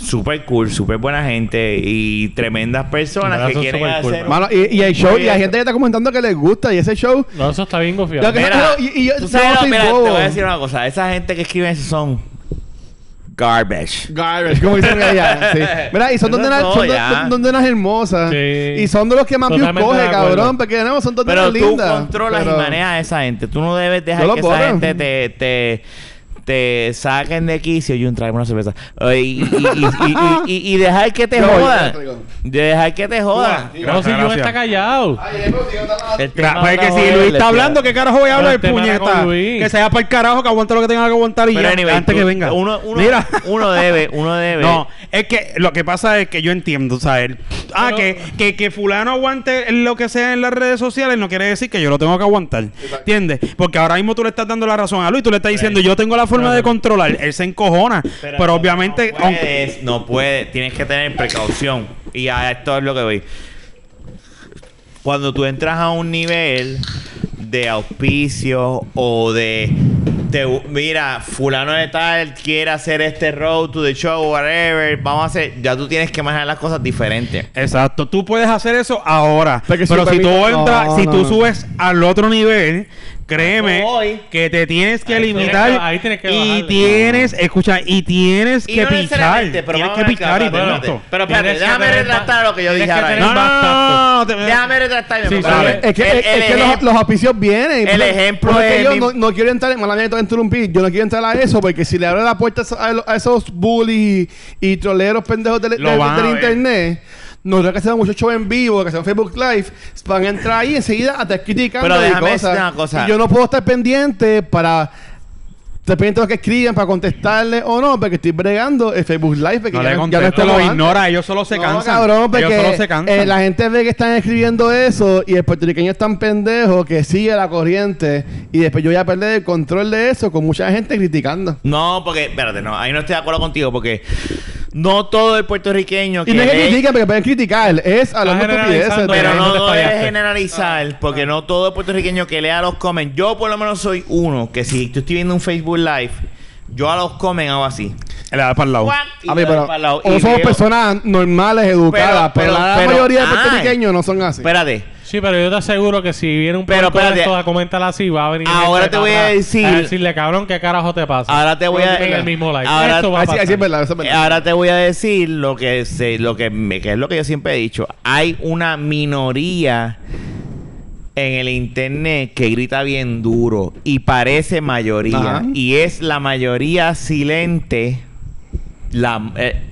Súper cool, súper buena gente y tremendas personas Verdad, que son quieren súper cool, hacer... bro. Mano, y, y el show, y la Pues, gente que está comentando que les gusta, y ese show. No, eso está bien Lo confiado. que- Mira, No, y- y yo- tú sabes yo lo- soy mira, te bobo. voy a decir una cosa. Esa gente que escribe eso son... Garbage. Garbage, como dicen allá. *laughs* sí. Mira, y son Eso dos nenas, no, son dos- ya. son dos nenas hermosas. Sí. Y son de los que más views Totalmente de coge, acuerdo. cabrón. Porque no, son dos Pero nenas tú lindas. controlas Pero- y manejas a esa gente. Tú no debes dejar Yo lo que borro. esa gente te, te, te saquen de quicio y un trago una cerveza. Eh, Y, y, y, y, y- y dejar que te *laughs* Yo voy, jodan. yo traigo. Dejar que te jodan. No, si yo Gracias. está callado. Ay, eh, pero si yo estaba- El Gra- tema pues es otra vez, que si Luis les- está hablando, ¿qué carajo voy a hablar? el Este tema era Puñeta. con Luis. Que se vaya para el carajo, que aguante lo que tenga que aguantar y Pero ya, anyway, antes tú- que venga. Uno, uno, *laughs* Mira. uno debe, *laughs* uno debe. No, es que lo que pasa es que yo entiendo, ¿sabes? Ah, Pero- que, que, que fulano aguante lo que sea en las redes sociales no quiere decir que yo lo tengo que aguantar. ¿Entiendes? Porque ahora mismo tú le estás dando la razón a Luis, tú le estás diciendo yo tengo la forma de controlar, él se encojona. Pero, obviamente, No aunque- puedes, no puedes. Tienes que tener precaución. Y a esto es lo que voy. Cuando tú entras a un nivel de auspicio o de... te- mira, fulano de tal quiere hacer este road to the show, whatever. Vamos a hacer... Ya tú tienes que manejar las cosas diferentes. Exacto, tú puedes hacer eso ahora. Porque si pero si tú permite- entras, No, si no, tú no. subes al otro nivel, créeme Voy. que te tienes que Ahí tienes limitar que- ahí tienes que y bajarle. tienes, escucha, y tienes Y que no pichar, necesariamente, pero vamos tienes que a ver, pichar y espérate, tener espérate. esto. Pero espérate, Tienes que déjame tener retratar ba- lo que yo tienes dije que ahora. tener No, no, ba- no, no, te- Déjame retractarme. Sí, porque sí, el- sí. Es que, el- es- es el que los, ejemplo- los auspicios vienen. el Por- ejemplo por eso que es yo mi- no, no quiero entrar, malamente voy a interrumpir. Yo no quiero entrar a eso porque si le abro la puerta a esos- a, los- a esos bullies y, y troleros pendejos del, Lo del- van a del ver. internet. Nosotros que hacemos muchos shows en vivo, que hacemos Facebook Live, van a entrar ahí enseguida a estar criticando Pero y déjame decirte una cosa. Y yo no puedo estar pendiente para dependiendo de lo que escriban, para contestarle o no, porque estoy bregando el Facebook Live. Porque No ya le ya contesto, estoy lo antes. ignora, ellos solo se No, cansan. cabrón, porque ellos solo se cansan. eh, la gente ve que están escribiendo eso y el puertorriqueño es tan pendejo que sigue la corriente y después yo voy a perder el control de eso con mucha gente criticando. No, porque, espérate, no, ahí no estoy de acuerdo contigo, porque no todo el puertorriqueño que Y no es que eh, lee- critican, porque pueden criticar, es hablando Estás estupideces. generalizando, pero ahí no, no te no debes fallaste. generalizar, porque no todo el puertorriqueño que lea los comments. Yo por lo menos soy uno que si tú estoy viendo un Facebook Live, yo a los comments hago así. Le da para el lado. Guac, y A le ver, doy pero para el lado, y o somos veo- personas normales, educadas, pero, Pero- la pero- ah, mayoría de pero- puertorriqueños no son así. Espérate. Sí, pero yo te aseguro que si viene un Pero, productor espérate. de esto a comentar así, va a venir. Ahora este te voy a cabrón decir- A decirle, cabrón, ¿qué carajo te pasa? Ahora te voy a- En el mismo like. Ahora- Eso va a Así, pasar. así es verdad, eso es Eh, verdad. Ahora te voy a decir lo que se- lo que, me- que es lo que yo siempre he dicho. Hay una minoría en el internet que grita bien duro y parece mayoría Ajá. y es la mayoría silente, la eh,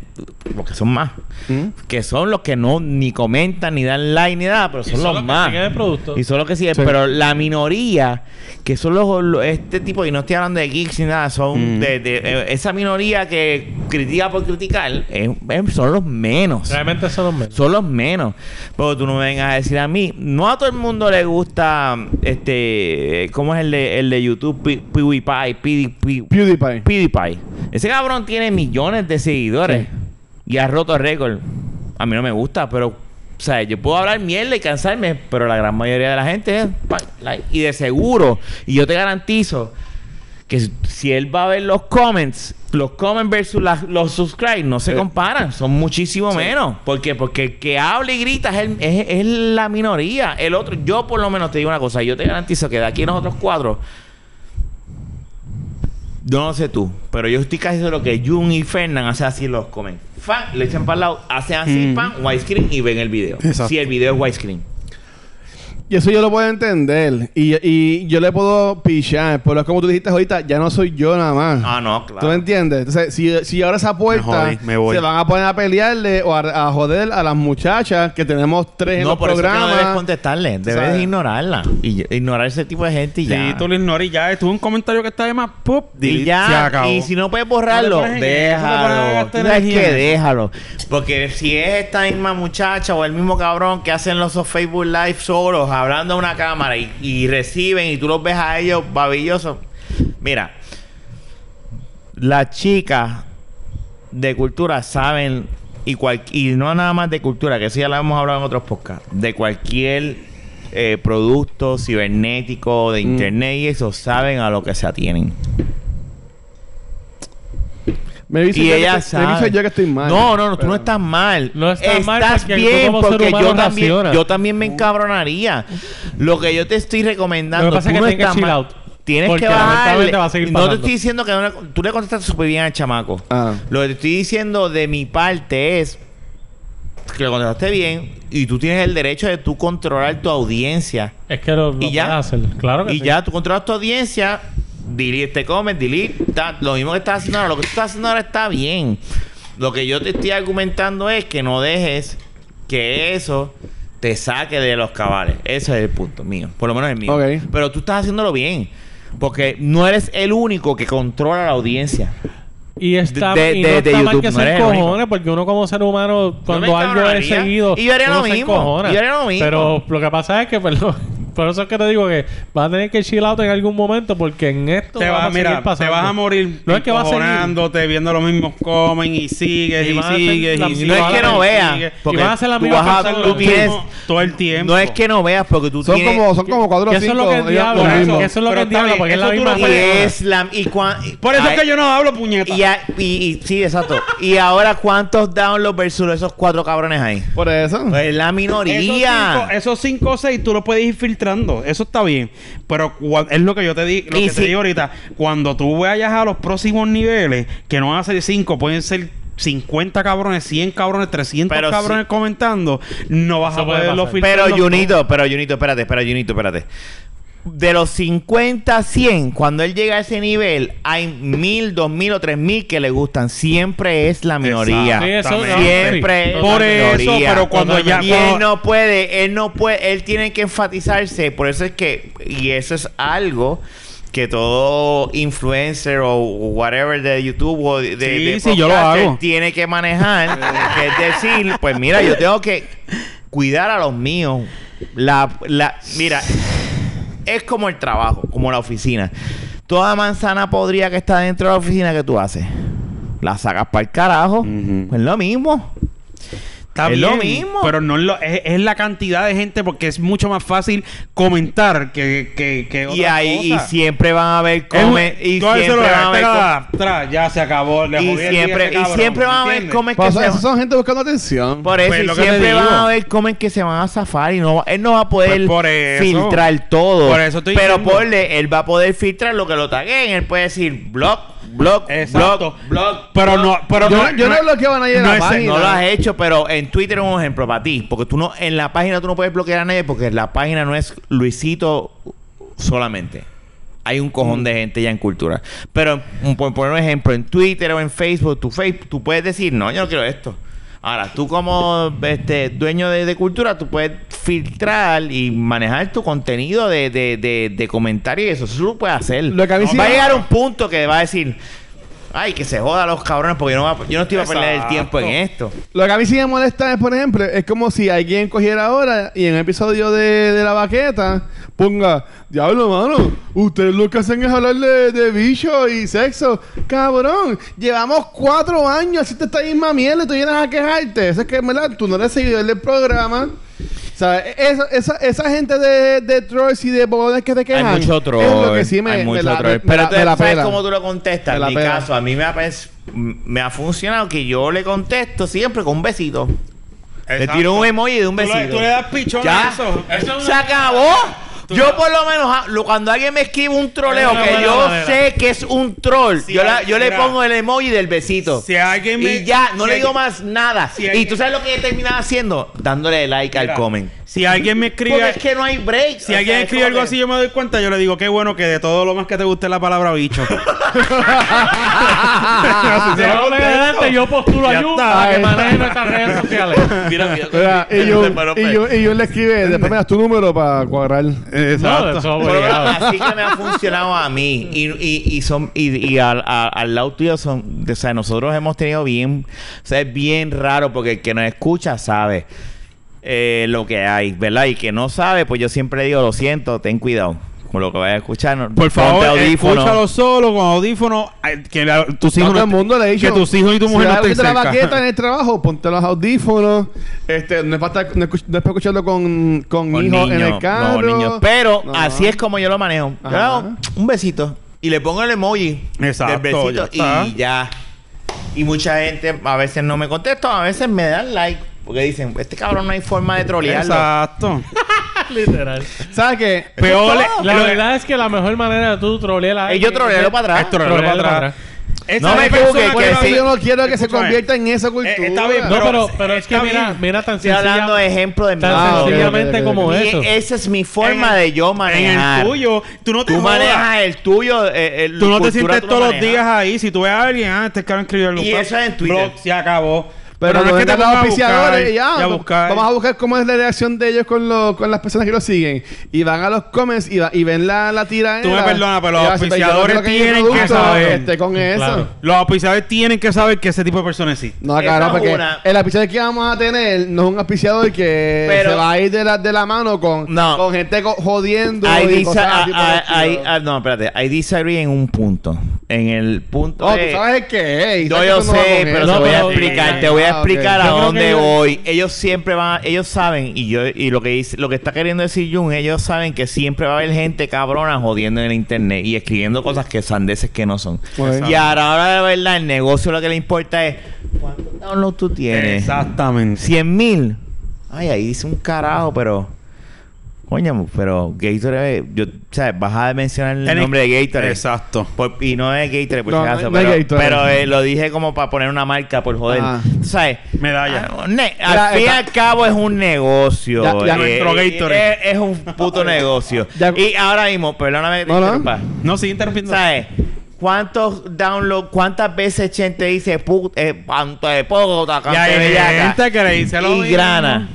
los que son más, ¿Mm? que son los que no ni comentan ni dan like ni nada, pero Y son, los, que más. siguen el producto. Y son los que siguen, pero la minoría, que son los, los- este tipo, y no estoy hablando de geeks ni nada, son de, de- eh, esa minoría que critica por criticar, eh, eh, son los menos. Realmente son los menos. Son los menos. Pero tú no me vengas a decir a mí, no a todo el mundo le gusta este, eh, ¿cómo es el de, el de YouTube? Pe- PewDiePie, PewDiePie, PewDiePie. PewDiePie. Ese cabrón tiene millones de seguidores y ha roto récord. A mí no me gusta, pero, o sea, yo puedo hablar mierda y cansarme, pero la gran mayoría de la gente es pa- like. y de seguro, y yo te garantizo que si- si él va a ver los comments, los comments versus las- los subscribes no se Sí. comparan, son muchísimo menos. ¿Por qué? Porque el que habla y grita es, el- es- es la minoría. El otro, yo por lo menos te digo una cosa, yo te garantizo que de aquí nosotros cuatro, yo no sé tú, pero yo estoy casi seguro que Jun y Fernan hacen así los comen. Fan, le echan para el lado, hacen así, Mm. pan, widescreen y ven el video. Exacto. Mm. Si el video es widescreen. Y eso yo lo puedo entender. Y, y yo le puedo pichar. Pero es como tú dijiste ahorita, ya no soy yo nada más. Ah, no, ¿Tú me claro. entiendes? Entonces, si, si ahora esa puerta Me jodí, me voy. se van a poner a pelearle o a, a joder a las muchachas que tenemos tres en No, los por eso es que no programas. debes contestarle, debes ¿Sabes? ignorarla. Y ignorar ese tipo de gente y ya. Si tú lo ignoras y ya estuvo un comentario que está de más, ¡pup! Y delete, ya, se acabó. y si no puedes borrarlo, No le pones- no le pones a déjalo. gastar Tú sabes energía que en eso. déjalo. Porque si es esta misma muchacha o el mismo cabrón que hacen los Facebook Live solos, hablando a una cámara y, y reciben y tú los ves a ellos babillosos. Mira, las chicas de cultura saben, y, cual- y no nada más de cultura, que eso ya lo hemos hablado en otros podcasts, de cualquier eh, producto cibernético, Mm. de internet y eso, saben a lo que se atienen. Me dice Y yo ella que, sabe. Me dice yo que estoy mal. No, no, no, tú Pero- no estás mal. No estás mal porque tú bien como ser porque humano yo también, reaccionas. yo también me encabronaría. Lo que yo te estoy recomendando, Lo que pasa es tú que no tengas estás chill mal. out. Tienes Porque que bajarle. lamentablemente va a seguir No te pasando. estoy diciendo que no le- tú le contestaste súper bien al chamaco. Ah. Lo que te estoy diciendo de mi parte es que lo contestaste bien y tú tienes el derecho de tú controlar tu audiencia. Es que lo, lo Y ya. puedes hacer. Claro que Y sí. ya tú controlas tu audiencia, delete, te comes, delete, ta- lo mismo que estás haciendo ahora, lo que tú estás haciendo ahora está bien. Lo que yo te estoy argumentando es que no dejes que eso te saque de los cabales. Ese es el punto mío, por lo menos el mío. Ok. Pero tú estás haciéndolo bien, porque no eres el único que controla la audiencia. Y está, De- y no de- de está mal YouTube, que no se eres el único. encojones, porque uno como ser humano, cuando me algo es encabronaría. seguido, Y yo haría uno lo se mismo. encojona. Yo haría lo mismo. Pero lo *laughs* que pasa es que, perdón, por eso es que te digo que vas a tener que chill out en algún momento, porque en esto Te va vas, seguir mira, te pasando. vas a morir No es que va a seguir. encojonándote, viendo los mismos comen y sigues Y y, van a hacer sigues la y misma No sigues. es vas a que no ver, veas, sigues. Y porque van a hacer la tú misma vas a- persona. tú tienes- todo el tiempo. no es que no veas, porque tú Son tienes... como, son como cuatro Que o eso es cinco. lo que el ellas- diablo, lo Por mismo. eso, eso es lo Pero que el está diablo, bien, porque es eso la tú misma lo y persona. es la... Y cuan- Por eso Ay, es que yo no hablo puñeta. Y, a- y- y- sí, exacto. y ahora, ¿cuántos downloads versus esos cuatro cabrones hay? Por eso. Pues la Esos minoría. cinco- Esos 5 o 6 tú lo puedes ir filtrando. Eso está bien. Pero cua- es lo que yo te, di, lo Y que te si- digo ahorita. Cuando tú vayas a los próximos niveles, que no van a ser 5, pueden ser 50 cabrones, 100 cabrones, 300 Pero cabrones comentando, no vas Eso a puede poderlo pasar. filtrar. Pero, Junito, pero, Junito, espérate, espera, Junito, espérate. De los 50 a 100, cuando él llega a ese nivel, hay mil, dos mil o tres mil que le gustan. Siempre es la minoría. Sí, eso- Exactamente. Siempre es Por la eso, minoría. pero cuando ya- Y cuando- él no puede, él no puede, él tiene que enfatizarse. Por eso es que, y eso es algo que todo influencer o whatever de YouTube o de, de- Sí, de sí, yo lo podcaster hago. tiene que manejar. que es decir, pues mira, yo tengo que cuidar a los míos. La, la, mira, es como el trabajo, como la oficina. Toda manzana podría que está dentro de la oficina que tú haces. La sacas para el carajo. Ujú. Es lo mismo. Está Es bien, lo mismo. Pero no es, lo- es, es la cantidad de gente porque es mucho más fácil comentar que, que, que Y otra ahí y cosa. siempre van a haber Es un- come y tú a veces siempre lo van a haber ves, com- tra, tra, ya se acabó. le y jodí el día a siempre este y cabrón, siempre van a haber ¿entiendes? comes que Pues, se esos van son gente buscando atención. por eso Pues, y lo que te siempre digo. van a haber comen que se van a zafar y no va- él no va a poder Pues, por eso. filtrar todo. Por eso estoy Pero diciendo. ponle, él va a poder filtrar lo que lo taguen, él puede decir blog, blog, Exacto. blog, blog. Pero no, pero yo, yo no bloqueo a nadie de no la es- página. No lo has hecho, pero en Twitter es un ejemplo para ti. Porque tú no, en la página tú no puedes bloquear a nadie porque la página no es Luisito solamente. Hay un cojón Mm. de gente ya en cultura. Pero mm, por poner un ejemplo, en Twitter o en Facebook, tu Facebook, tú puedes decir, no, yo no quiero esto. Ahora, tú como este, dueño de, de cultura, tú puedes filtrar y manejar tu contenido de, de, de, de comentarios y eso. Eso lo puedes hacer. Lo que a mí sí- va a llegar un punto que va a decir, ay, que se joda los cabrones porque yo no, va- yo no estoy para perder el Exacto. tiempo en esto. Lo que a mí sí me molesta es, por ejemplo, es como si alguien cogiera ahora y en el episodio de, de la baqueta ponga, diablo, mano, ustedes lo que hacen es hablar de, de bicho y sexo. Cabrón, llevamos cuatro años haciendo esta misma mierda y tú vienes a quejarte. Eso es que, en ¿verdad? Tú no eres seguidor del programa. sea, esa, esa, esa gente de, de trolls y de bobones que te Hay quejan. mucho troll. Es lo que sí me, hay mucho me la, troll. me- me Pero la- tú me la sabes pela. cómo tú lo Me contestas. la En mi pela. caso, a mí me ha, pens- me ha funcionado que yo le contesto siempre con un besito. Le tiro un emoji de un Tú besito. le, tú le das pichón ya. a eso. Eso es Se una- acabó. Yo por lo menos ah, lo- cuando alguien me escribe un troleo Es una que buena yo manera. sé que es un troll, Si yo, la- hay- yo le mira. pongo el emoji del besito. Si alguien me- y ya, no si le digo alguien- más nada. si y alguien- tú sabes lo que he terminado haciendo, dándole like Mira, al comment. Si alguien me escribe. Porque es que no hay break. Si alguien escribe algo así, yo me doy cuenta, yo le digo, qué bueno que de todo lo más que te guste la *laughs* palabra bicho. Ah, De ahora en adelante yo postulo Ya ayuda está, a que eh. manejen nuestras redes *laughs* sociales. *laughs* Mira, y, yo, y, yo, y yo le escribe, después me das tu número para cuadrar. No, eso es Pero, *laughs* obligado. así que me ha funcionado a mí. Y, y, y son, y, y al, a- al lado tuyo son, o sea, nosotros hemos tenido bien, o sea, es bien raro porque el que nos escucha sabe eh, lo que hay, ¿verdad? Y que no sabe, pues yo siempre digo, lo siento, ten cuidado con lo que vayas a escuchar. no- Por ponte favor, audífonos. escúchalo solo con audífonos. ay, Que la- tus No, hijos todo el no mundo le he dicho que tus hijos y tu mujer si no algo estén te la baqueta en *laughs* cerca. el trabajo ponte los audífonos este no es para, estar- no es, no es para escucharlo con, con, Con hijos en niños, el carro no, niños. Pero No. así es como yo lo manejo. Yo le hago Ajá. un besito y le pongo el emoji. Exacto, del besito ya y está. ya. Y mucha gente a veces no me contesta, a veces me dan like. Porque dicen, este cabrón no hay forma de trolearlo. Exacto. Literal. sabes qué Peor Eso es todo. La lo- verdad es que la mejor manera de tú trolear a Eh, yo troleo para atrás. es trolearlo Trolearlo para para atrás. Esa No me es la persona equivoques, por que eso sí. yo no quiero que se Escúchame. convierta en esa cultura Eh, está bien, No, pero, pero es Está que mira, bien. mira tan Estoy hablando de ejemplo de mi tan Ah, ok, sencillamente ok, ok, como Y eso. esa es mi forma En el- de yo En manejar. el tuyo, tú no te Tú jodas. manejas el tuyo. eh, el- Tú no te cultura sientes tú la todos los manejas. días ahí. Si tú ves a alguien, ah, este cabrón escribió algo. Y pa, eso es en Twitter. blog, se acabó. pero, no es que los pongas a buscar auspiciadores ya, y a no- buscar. vamos a buscar cómo es la reacción de ellos con, los con las personas que lo siguen y van a los comments y, va- y ven la, la tira Tú me perdonas, pero los auspiciadores tienen que saber. este, con eso Claro. Los auspiciadores tienen que saber que ese tipo de personas existe. No, Esa claro, es porque una. el auspiciador que vamos a tener no es un auspiciador que Pero- se va a ir de la, de la mano con, No. con gente co- jodiendo Ahí y dice, ah, cosas así por el estilo. no, espérate. Ahí disagree en un punto. En el punto Oh, de- tú sabes el que es. No, yo sé, pero No, te voy a pero- explicar, te voy a Ah, ok. explicar Yo a creo que dónde yo- voy. Ellos siempre van, ellos saben y yo y lo que dice, lo que está queriendo decir Jun, ellos saben que siempre va a haber gente cabrona jodiendo en el internet y escribiendo cosas que sandeces que no son. Ok. Y a la hora de verdad el negocio lo que le importa es cuántos downloads tú tienes. Exactamente. 100 mil. Ay, ahí dice un carajo, pero. Coño, pero Gatorade. Yo, o sea, vas a mencionar el Tienes- nombre de Gatorade. Exacto. Por- y no es Gatorade, por No, si acaso, no es pero, Gatorade. pero, eh, lo dije como para poner una marca, por joder. Ah. Tú ¿Sabes? Medalla. Ah, ne- Ya, al fin y está- al cabo es un negocio. eh, Ya- ya no entró Gatorade. Es, es un *laughs* puto negocio. Ya- Y ahora mismo, perdóname que te No, no. interrumpa. No, sigue interrumpiendo. ¿Sabes? ¿Cuántos downloads, cuántas veces Chente dice, puta, eh, panto de poco, Y hay gente que le dice lo y mismo. grana.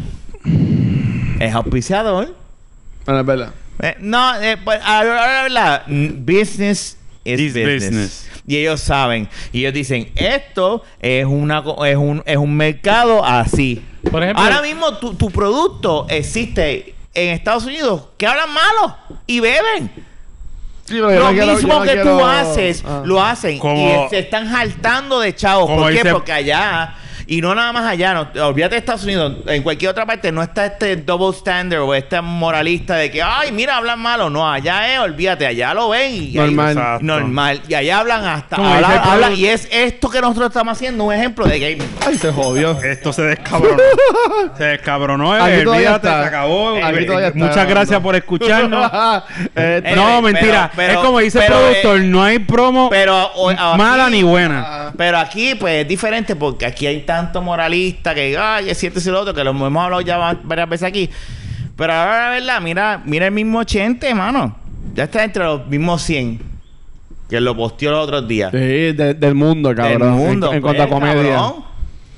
Es auspiciador. Bueno, es verdad. Eh, no, eh, pues, a la hora de la verdad, mm, business is Is business. business. Y ellos saben. Y ellos dicen, esto es, una, co- es, un, es un mercado así. Por ejemplo- Ahora mismo tu, tu producto existe en Estados Unidos que hablan malo y beben. Sí, pero yo Lo no quiero- yo mismo no que quiero- tú haces, Ah. lo hacen. Como- y se están jaltando de chavos. Como ¿Por qué? dice- Porque allá, y no nada más allá, no, olvídate de Estados Unidos, en cualquier otra parte no está este double standard o este moralista de que, ay, mira, hablan malo. No, allá es, olvídate, allá lo ven. Y ahí- Normal. Exacto. normal. Y allá hablan hasta. Como dice hablan- el hablan- producto- y es esto que nosotros estamos haciendo, un ejemplo de gaming. Ay, se jodió. Esto se descabronó. *laughs* se *laughs* descabronó. Aquí eh, todavía olvídate, se está. acabó. Aquí eh, todavía está Muchas grabando. gracias por escucharnos. *laughs* Este, Eh, no, pero- mentira. pero- es como dice pero, el productor, eh, no hay promo Pero o- Pues aquí- mala ni buena. Pero aquí, pues, es diferente porque aquí hay tanto moralista que, ay, es cierto y lo otro, que lo hemos hablado ya va- varias veces aquí. Pero ahora, la verdad, mira, mira el mismo 80, hermano. Ya está entre los mismos 100 que lo posteó los otros días. Sí, de- del mundo, Del cabrón. En- mundo, en, cuanto a pues, comedia. cabrón.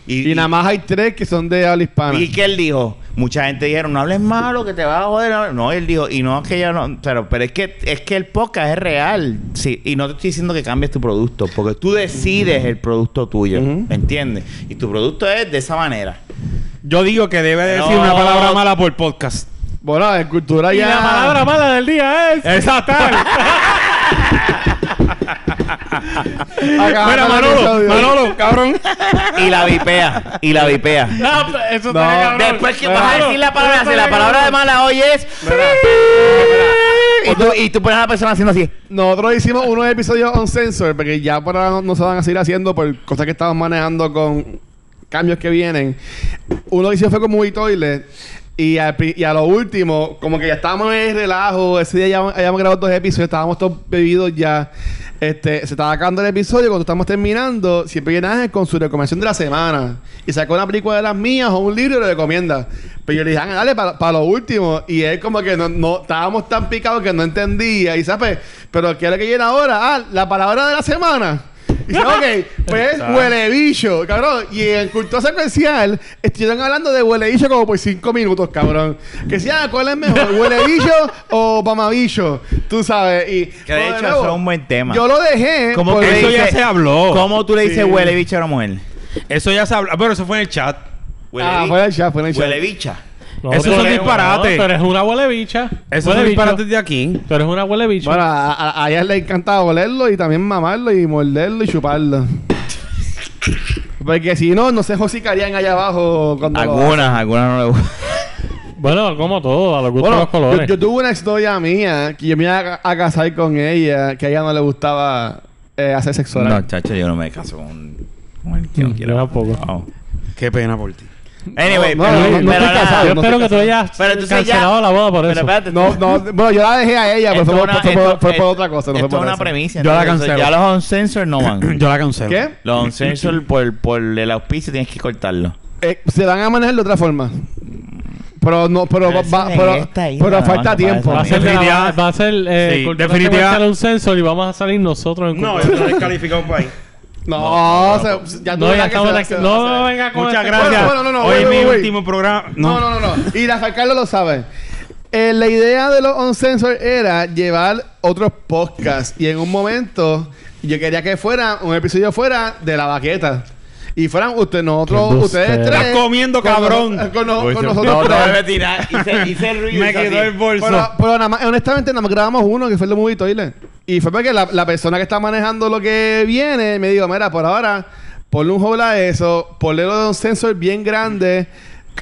Y, Y nada más hay tres que son de habla hispana. y que él dijo, mucha gente dijeron, no hables malo, que te vas a joder. No, él dijo, y no es que yo no, pero, pero es que es que el podcast es real. Sí, y no te estoy diciendo que cambies tu producto, porque tú decides el producto tuyo, Ujú. ¿me entiendes? Y tu producto es de esa manera. Yo digo que debe de No. decir una palabra mala por podcast. Bueno, en cultura Y ya. *laughs* la palabra mala del día es... Exacto. Mira, Manolo, Manolo, cabrón. Y la vipea. Y la vipea. No, pero eso No. está cabrón. Después que Pero- vas a decir la palabra, Pero si está la palabra de cabrón. mala hoy es. Y tú, y tú pones a la persona haciendo así. Nosotros hicimos unos episodios on censor, porque ya por ahora no, no se van a seguir haciendo por cosas que estamos manejando con cambios que vienen. Uno que hicimos fue con Movie Toilet. Y, al pri- y a lo último, como que ya estábamos en el relajo, ese día ya habíamos grabado dos episodios, estábamos todos bebidos ya. Este, se estaba acabando el episodio, cuando estamos terminando, siempre viene Ángel con su recomendación de la semana. Y sacó una película de las mías o un libro y lo recomienda. Pero yo le dije, Ángel, dale para lo último. Y él como que no, no- estábamos tan picados que no entendía. Y sabe, pero ¿qué es lo que viene ahora? Ah, la palabra de la semana. Y dice, ok, *laughs* pues huele bicho, cabrón. Y en cultura secuencial estuvieron hablando de huele bicho como por cinco minutos, cabrón. Que decía, ah, ¿cuál es mejor? ¿Huele bicho o mamabicho? Tú sabes. Y, Que de pero hecho, eso es un buen tema. Yo lo dejé. ¿Cómo porque- que Eso ya dice- se habló. ¿Cómo tú le dices Sí. huele bicho a una mujer? Eso ya se habló. Pero eso fue en el chat. Huele Ah, bi- fue en el chat, fue en el chat. Huele bicha. No, Esos tú son eres- disparates. no, Tú eres una huele bicha. Eso Huele es bicho. disparate de aquí. Tú eres una huele bicha. Bueno, a, a- a ella le encanta olerlo y también mamarlo y morderlo y chuparlo. Porque si no, no se josicarían allá abajo cuando lo hacen. Algunas, algunas no le gustan. Bueno, como todo, a los gustos de los yo, colores. yo tuve una historia mía que yo me iba a, a casar con ella, que a ella no le gustaba eh, hacer sexo oral. No, chacho, yo no me caso con, con el que no Mm, quiera. yo tampoco. Wow. Qué pena por ti. Anyway, No, pero, no, no, no pero estoy nada, casado, Yo no espero estoy que tú hayas Pero entonces cancelado ya- la boda por pero eso. espérate, No, no, bueno, yo la dejé a ella, pero esto fue, es por- una- fue por- esto- fue por esto- otra cosa. No fue Esto por es una eso. premisa. Yo la entonces, cancelo. Ya los on censor no *clears throat* van. *clears throat* Yo la cancelo. ¿Qué? los on censor por, por el auspicio tienes que cortarlo. Eh, se van a manejar de otra forma. Pero no, pero, Pero eso va- en pero, esta isla, pero no, falta no tiempo. Va a ser, de la- Definitiva- va a ser eh, Sí, cultura definitiva- secuencial un sensor y vamos a salir nosotros en cultura. estoy descalificado *laughs* por ahí. No, se- ya No, tú ya verás que estamos se va- aquí. se va a No, hacer. no venga con este- Muchas ese- gracias. Bueno, bueno, no, no, Hoy wait, mi wait, wait. último programa. No, no, no, no. Y Rafael Carlos lo sabe. Eh, la idea de los On Censor era llevar otros podcasts. Y en un momento, yo quería que fuera un episodio fuera de la baqueta. Y fueran Qué ustedes, nosotros, embustero. ustedes tres. Estás comiendo, con cabrón. nos- Con, nos- Voy con a- nosotros no, no, tres. me tirar. Hice, hice ruido. Me hice quedó así. el bolso. Pero, pero nada más, honestamente, nada más grabamos uno que fue el de Movie Toilet. Y fue porque la, la persona que está manejando lo que viene me dijo: Mira, por ahora, ponle un hold a eso, ponle lo de un sensor bien grande.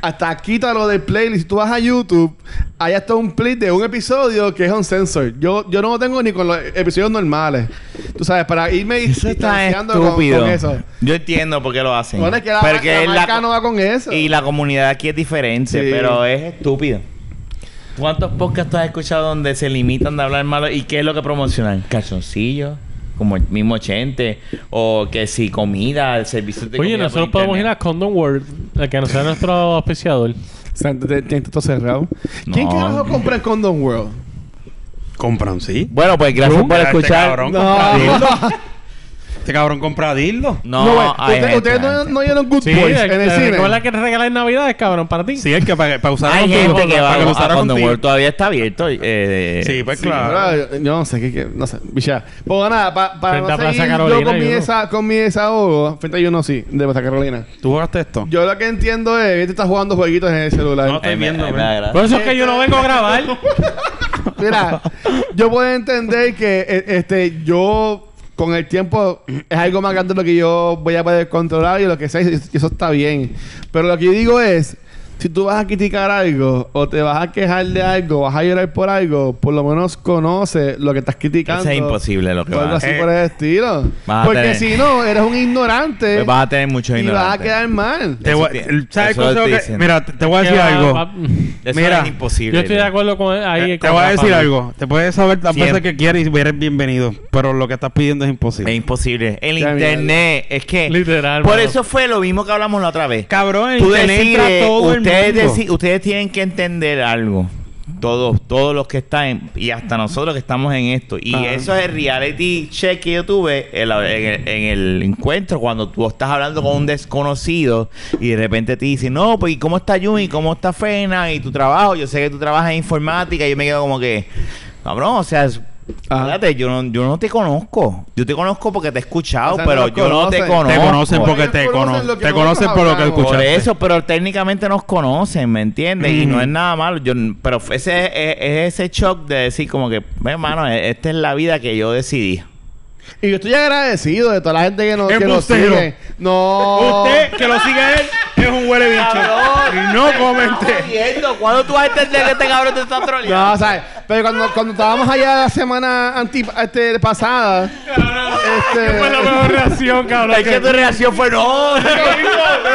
Hasta quítalo del playlist. Si tú vas a YouTube, hay hasta un play de un episodio que es un sensor. Yo, yo no lo tengo ni con los episodios normales. Tú sabes, para irme Eso está distanciando con- estúpido. con eso. Yo entiendo por qué lo hacen. Bueno, es que la, Porque la es marca no va con eso. Y la comunidad aquí es diferente, Sí. pero es estúpido. ¿Cuántos podcasts tú has escuchado donde se limitan de hablar malo? ¿Y qué es lo que promocionan? Calzoncillos, como el mismo Chente, o que si comida, el servicio de Oye, comida por nosotros podemos ir a internet. Condom World, el que nos sea nuestro auspiciador. O sea, te- Tienes todo cerrado. ¿Quién No. carajo compra en Condom World? Compran, sí. Bueno, pues gracias por Mira, este escuchar. cabrón. No, compra dildo. No. Este cabrón compra dildo. No, güey, hay usted- gente, ustedes hay no, gente. no oyeron Pues, Good Sí, Boys en el eh, cine. recuerda que regalar Navidades, cabrón, para ti. Sí, es que para, para usar Hay contigo. gente que va para que lo a usara Condom contigo. World todavía está abierto. eh, Sí, pues Sí, claro. ahora, yo- yo no sé qué, qué- no sé, bicha. Pues nada, pa- para Frente a no Plaza seguir yo Carolina, con mi, yo no. desa- con mi desahogo, frente a yo no, sí, de Plaza Carolina. ¿Tú jugaste esto? Yo lo que entiendo es, que te estás jugando jueguitos en el celular. No, ahí me- viendo, ahí me pues. ¿verdad? da gracia. Por eso es que yo no vengo a *laughs* grabar. Mira, yo puedo entender que eh, este yo con el tiempo es algo más grande lo que yo voy a poder controlar y lo que sea, y eso y eso está bien. Pero lo que yo digo es, si tú vas a criticar algo o te vas a quejar de algo, vas a llorar por algo, por lo menos conoce lo que estás criticando. Eso es imposible lo que O algo va a Pues, así hacer. por el estilo. vas a Porque tener- si no, eres un ignorante Pues vas a tener mucho y vas a ignorante. quedar mal. Te Eso voy- ti- el- ¿Sabes eso el consejo te que- dicen. Mira, te, te voy a decir Que va- algo. va- Eso Mira, es imposible. Yo estoy de acuerdo con ahí. Eh, te con voy a Rafa, decir ¿no? algo. Te puedes saber las Siempre. veces que quieres y eres bienvenido. Pero lo que estás pidiendo es Es imposible. imposible. El Ya, mira, internet es que. Literal, Por mano. eso fue lo mismo que hablamos la otra vez. Cabrón, Tú internet entra decides, todo el ustedes, mundo. deci- ustedes tienen que entender algo. Todos, todos los que están, en- y hasta nosotros que estamos en esto. Y Ajá. eso es el reality check que yo tuve en, la- en el, en el encuentro, cuando tú estás hablando con un desconocido y de repente te dicen, no, pues, ¿y cómo está Yumi? ¿Cómo está Fena? ¿Y tu trabajo? Yo sé que tú trabajas en informática. Y yo me quedo como que, cabrón, o sea, es- Ajá. espérate, yo no, yo no te conozco. Yo te conozco porque te he escuchado, O sea, pero no nos yo no te conocen. conozco. Te conocen porque Ellos te conocen conocen. lo que Te nosotros conocen por lo que hablamos. escuchaste. Por eso, pero técnicamente nos conocen, ¿me entiendes? Y Ujú. no es nada malo. Yo, pero ese es, es- es ese shock de decir como que, "Ve, hermano, e- esta es la vida que yo decidí. Y yo estoy agradecido de toda la gente que nos, que nos Embustero. sigue. No. Usted que lo sigue *laughs* a él es un huele bicho. Y no comente. Jodiendo, ¿Cuándo tú vas a entender que este cabrón te está troleando? No, ¿sabes? Pero cuando, cuando estábamos allá la semana anti, este, pasada. este, Fue la mejor reacción, cabrón. Es que tu reacción fue no.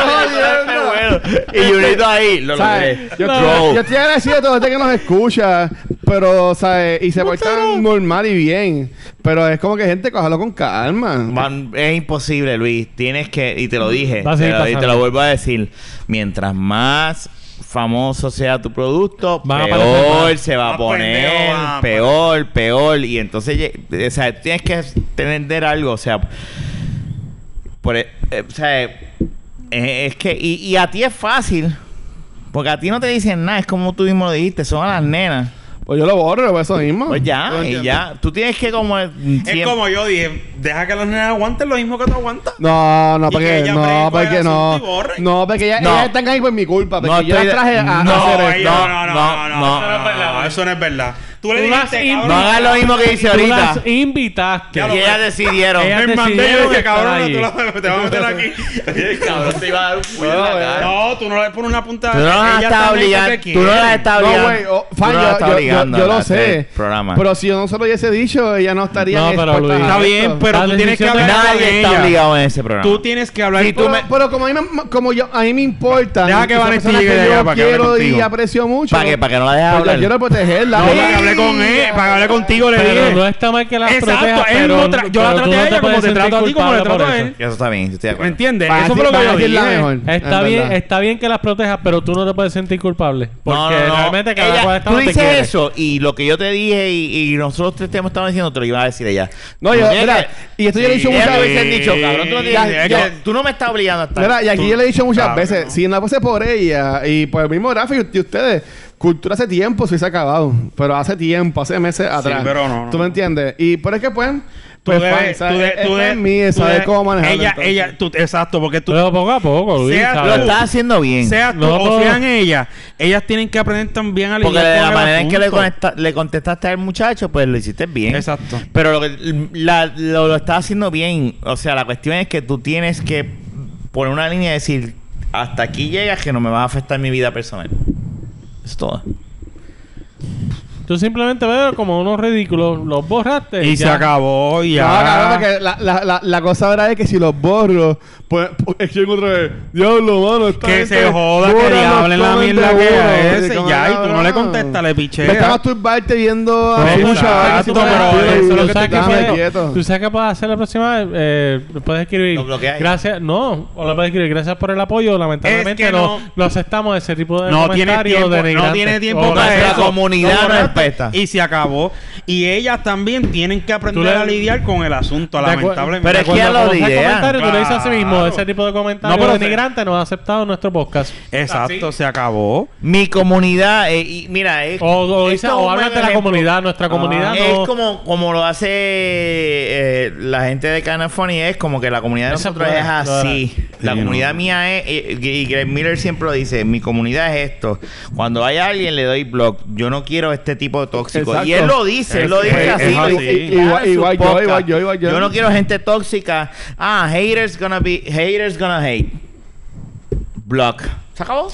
Jodiendo. Y Junito ahí, lo ¿sabes? logré. Yo, Troll. yo estoy agradecido a toda la gente que nos escucha, pero, ¿sabes? Y se portan normal y bien. Pero es como que gente, cójalo con calma. Man, es imposible, Luis. Tienes que, y te lo dije, Va a te seguir lo, y te pasando. lo vuelvo a decir. Mientras más famoso sea tu producto, Van a aparecer peor más. se va a Más poner, pendejo van a peor, peor. Y entonces, ye- o sea, tienes que entender algo, o sea, por, e- eh, o sea, eh, es que, y, y a ti es fácil, porque a ti no te dicen nada, es como tú mismo lo dijiste, son a las nenas. Pues yo lo borro, pues eso mismo. Pues Yo ya, y entiendo. ya. Tú tienes que como... Es como yo dije, deja que las nenas aguanten lo mismo que tú aguantas. No, Y no, que porque ella no, bregó porque el no. asunto y borre. No, porque ellas, No. ellas están ahí por mi culpa. Porque No, yo estoy las de- traje a, a no, hacer ahí esto. ella- no, no, no, eso no es verdad. Eso no es verdad. Tú le Tú las dijiste, in- No cabrón. hagas lo mismo que dice Tú ahorita. las invitaste. Y ellas eh, decidieron. Ellas Me mandé yo decidieron dije, estar cabrón, no, allí. tú la- *laughs* te vas a meter aquí. cabrón te iba a dar un puño en la cara. No, tú no le pones una puntada. Tú no las estás obligando. Tú no las estás No, obligando. güey, oh, Tú fan, no las yo, estás yo- yo- obligando yo a lo hacer este sé. Programa. Pero si yo no se lo hubiese dicho, ella no estaría No, en este pero, expuesta Luis, a Está bien, esto. pero La tú tienes que decisión de hablar con Nadie está ella. obligado en ese programa. Tú tienes que hablar Pero, con pero como a mí, me, como yo, a mí me importa. Deja que son Vanessa personas llegue que de allá yo para que hable quiero y contigo. aprecio mucho. ¿Para qué? ¿Para que no la dejes Pues hablar? Yo quiero protegerla. No, Oye, para que hablé con él, para que hablé contigo le Pero dije. no está mal que las Exacto, protejas, él pero- no tra- yo la pero tú traté a no te ella como puedes te sentir trato a ti, como le culpable trato a por él. eso. Eso está bien, yo estoy de ¿Me acuerdo. entiendes? Vanessa- Eso fue lo que yo Vanessa es la dije. mejor, Está es bien, verdad. está bien que las protejas, pero tú no te puedes sentir culpable. Porque No, no, no. realmente cada Ella- cual está tú donde dices quiere. eso y lo que yo te dije y, y nosotros tres te hemos estado diciendo te lo iba a decir ella. eh, No, Tú yo, tienes mira, que- y esto yo le he dicho Ella muchas me veces. hubiese dicho, cabrón, tú no, tienes- Ya, yo- ya. tú no me estás obligando a estar. Mira, y aquí Tú- yo le he dicho muchas Claro, veces, no. si no fuese por ella y por el mismo Rafa y y ustedes, cultura hace tiempo se hubiese acabado, pero hace tiempo, hace meses atrás. pero no, no. ¿Tú me entiendes? Y por es que pues, Tú pues debes- fan, tú de- ¿sabes? tú Es de- en mí, tú saber de- cómo manejarlo. Ella, entonces. ella, tú, exacto, porque tú, Pero poco a poco, Luis, Sea- Lo ¿sabes? estás haciendo bien. seas tú No, o no. sean ellas, ellas tienen que aprender también a lidiar Porque de con la el manera en que le, asunto. conecta- le contestaste al muchacho, pues lo hiciste bien. Exacto. Pero lo, que, la- lo, lo estás haciendo bien. O sea, la cuestión es que tú tienes que poner una línea y decir, hasta aquí llegas que no me va a afectar mi vida personal. Es todo. Tú simplemente ves como unos ridículos, los borraste. Y se ya. acabó y No, ya. cabrón, porque la, la, la, la cosa ahora es que si los borro, pues pues, escriben otra vez, diablo, mano, esta Que gente se joda, jura que los diablen la comen de mierda que uno". es, Así como, y ya, y tú cabrón, no le contestas, le picheas. Vete a masturbarte viendo a Exacto, mucha- pero eso es lo Tú que sabes te que Dame puedes- quieto. Tú sabes que puedes hacer la próxima vez. Eh, puedes escribir. Lo bloqueas. Gracias. No. O le puedes escribir. Gracias por el apoyo. Lamentablemente Es que no, no. no aceptamos ese tipo de no tiene comentarios. tiempo, no denigrantes. tiene O tiempo nuestra para eso. comunidad Lo borraste respeta. Y se acabó. Y ellas también tienen que aprender le- a lidiar con el asunto, De acu- lamentablemente. Pero es que Cuando ya lo conoces dije, comentarios, Tú le dices a sí claro. mismo, ese tipo de comentarios No, pero- denigrantes no ha aceptado en nuestro podcast. Exacto, se acabó. Mi comunidad, eh, y mira, es, O, o, dice- esto es o un hablas de buen la ejemplo. comunidad, nuestra comunidad Es no. como, como lo hace eh, la gente de Kind of Funny, es como que la comunidad de Esa nosotros puede- es así. La Sí, comunidad no. mía es, eh, y Greg Miller siempre lo dice, mi comunidad es esto. Cuando hay alguien le doy blog, yo no quiero este tipo de tóxico. Y Exacto. él lo dice, él lo Es- dice es- así. es lo así. dice Igual- claro en su igual yo, podcast. igual yo, igual yo. Yo no quiero gente tóxica. Ah, haters gonna be, haters gonna hate. Block. ¿Se acabó?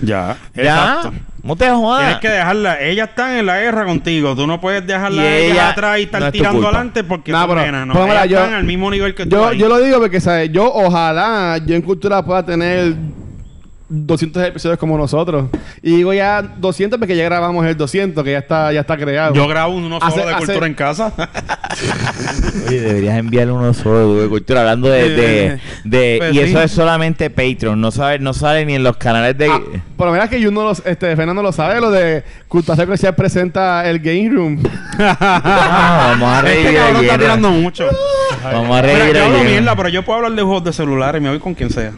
Ya. Ya. No te Tienes jodas. que dejarla. Ellas están en la guerra contigo. Tú no puedes dejarla Y a ellas ella- atrás y estar no es tu tirando culpa. adelante porque Nah, son pero- nenas, ¿no? pero mira, Ellas yo- están al mismo nivel que tú. Yo, ahí. yo lo digo porque, ¿sabes? Yo ojalá, yo en cultura pueda tener 200 episodios como nosotros. Y digo ya 200 porque ya grabamos el 200, que ya está, ya está creado. Yo grabo uno solo Hace- de hace- cultura en casa. Oye, deberías enviarle uno solo de cultura hablando de, de, de- Pues y sí. eso es solamente Patreon, no sabe, no sale ni en los canales de Ah, por lo menos que yo no lo, este, Fernando lo sabe, lo de Cultura Secrecial presenta el Game *laughs* Room. Ah, vamos a reír este de cabrón está guerra. tirando mucho. Vamos a Mira, reír de yo hablo guerra. mierda, pero yo puedo hablar de juegos de celulares. Me voy con quien sea.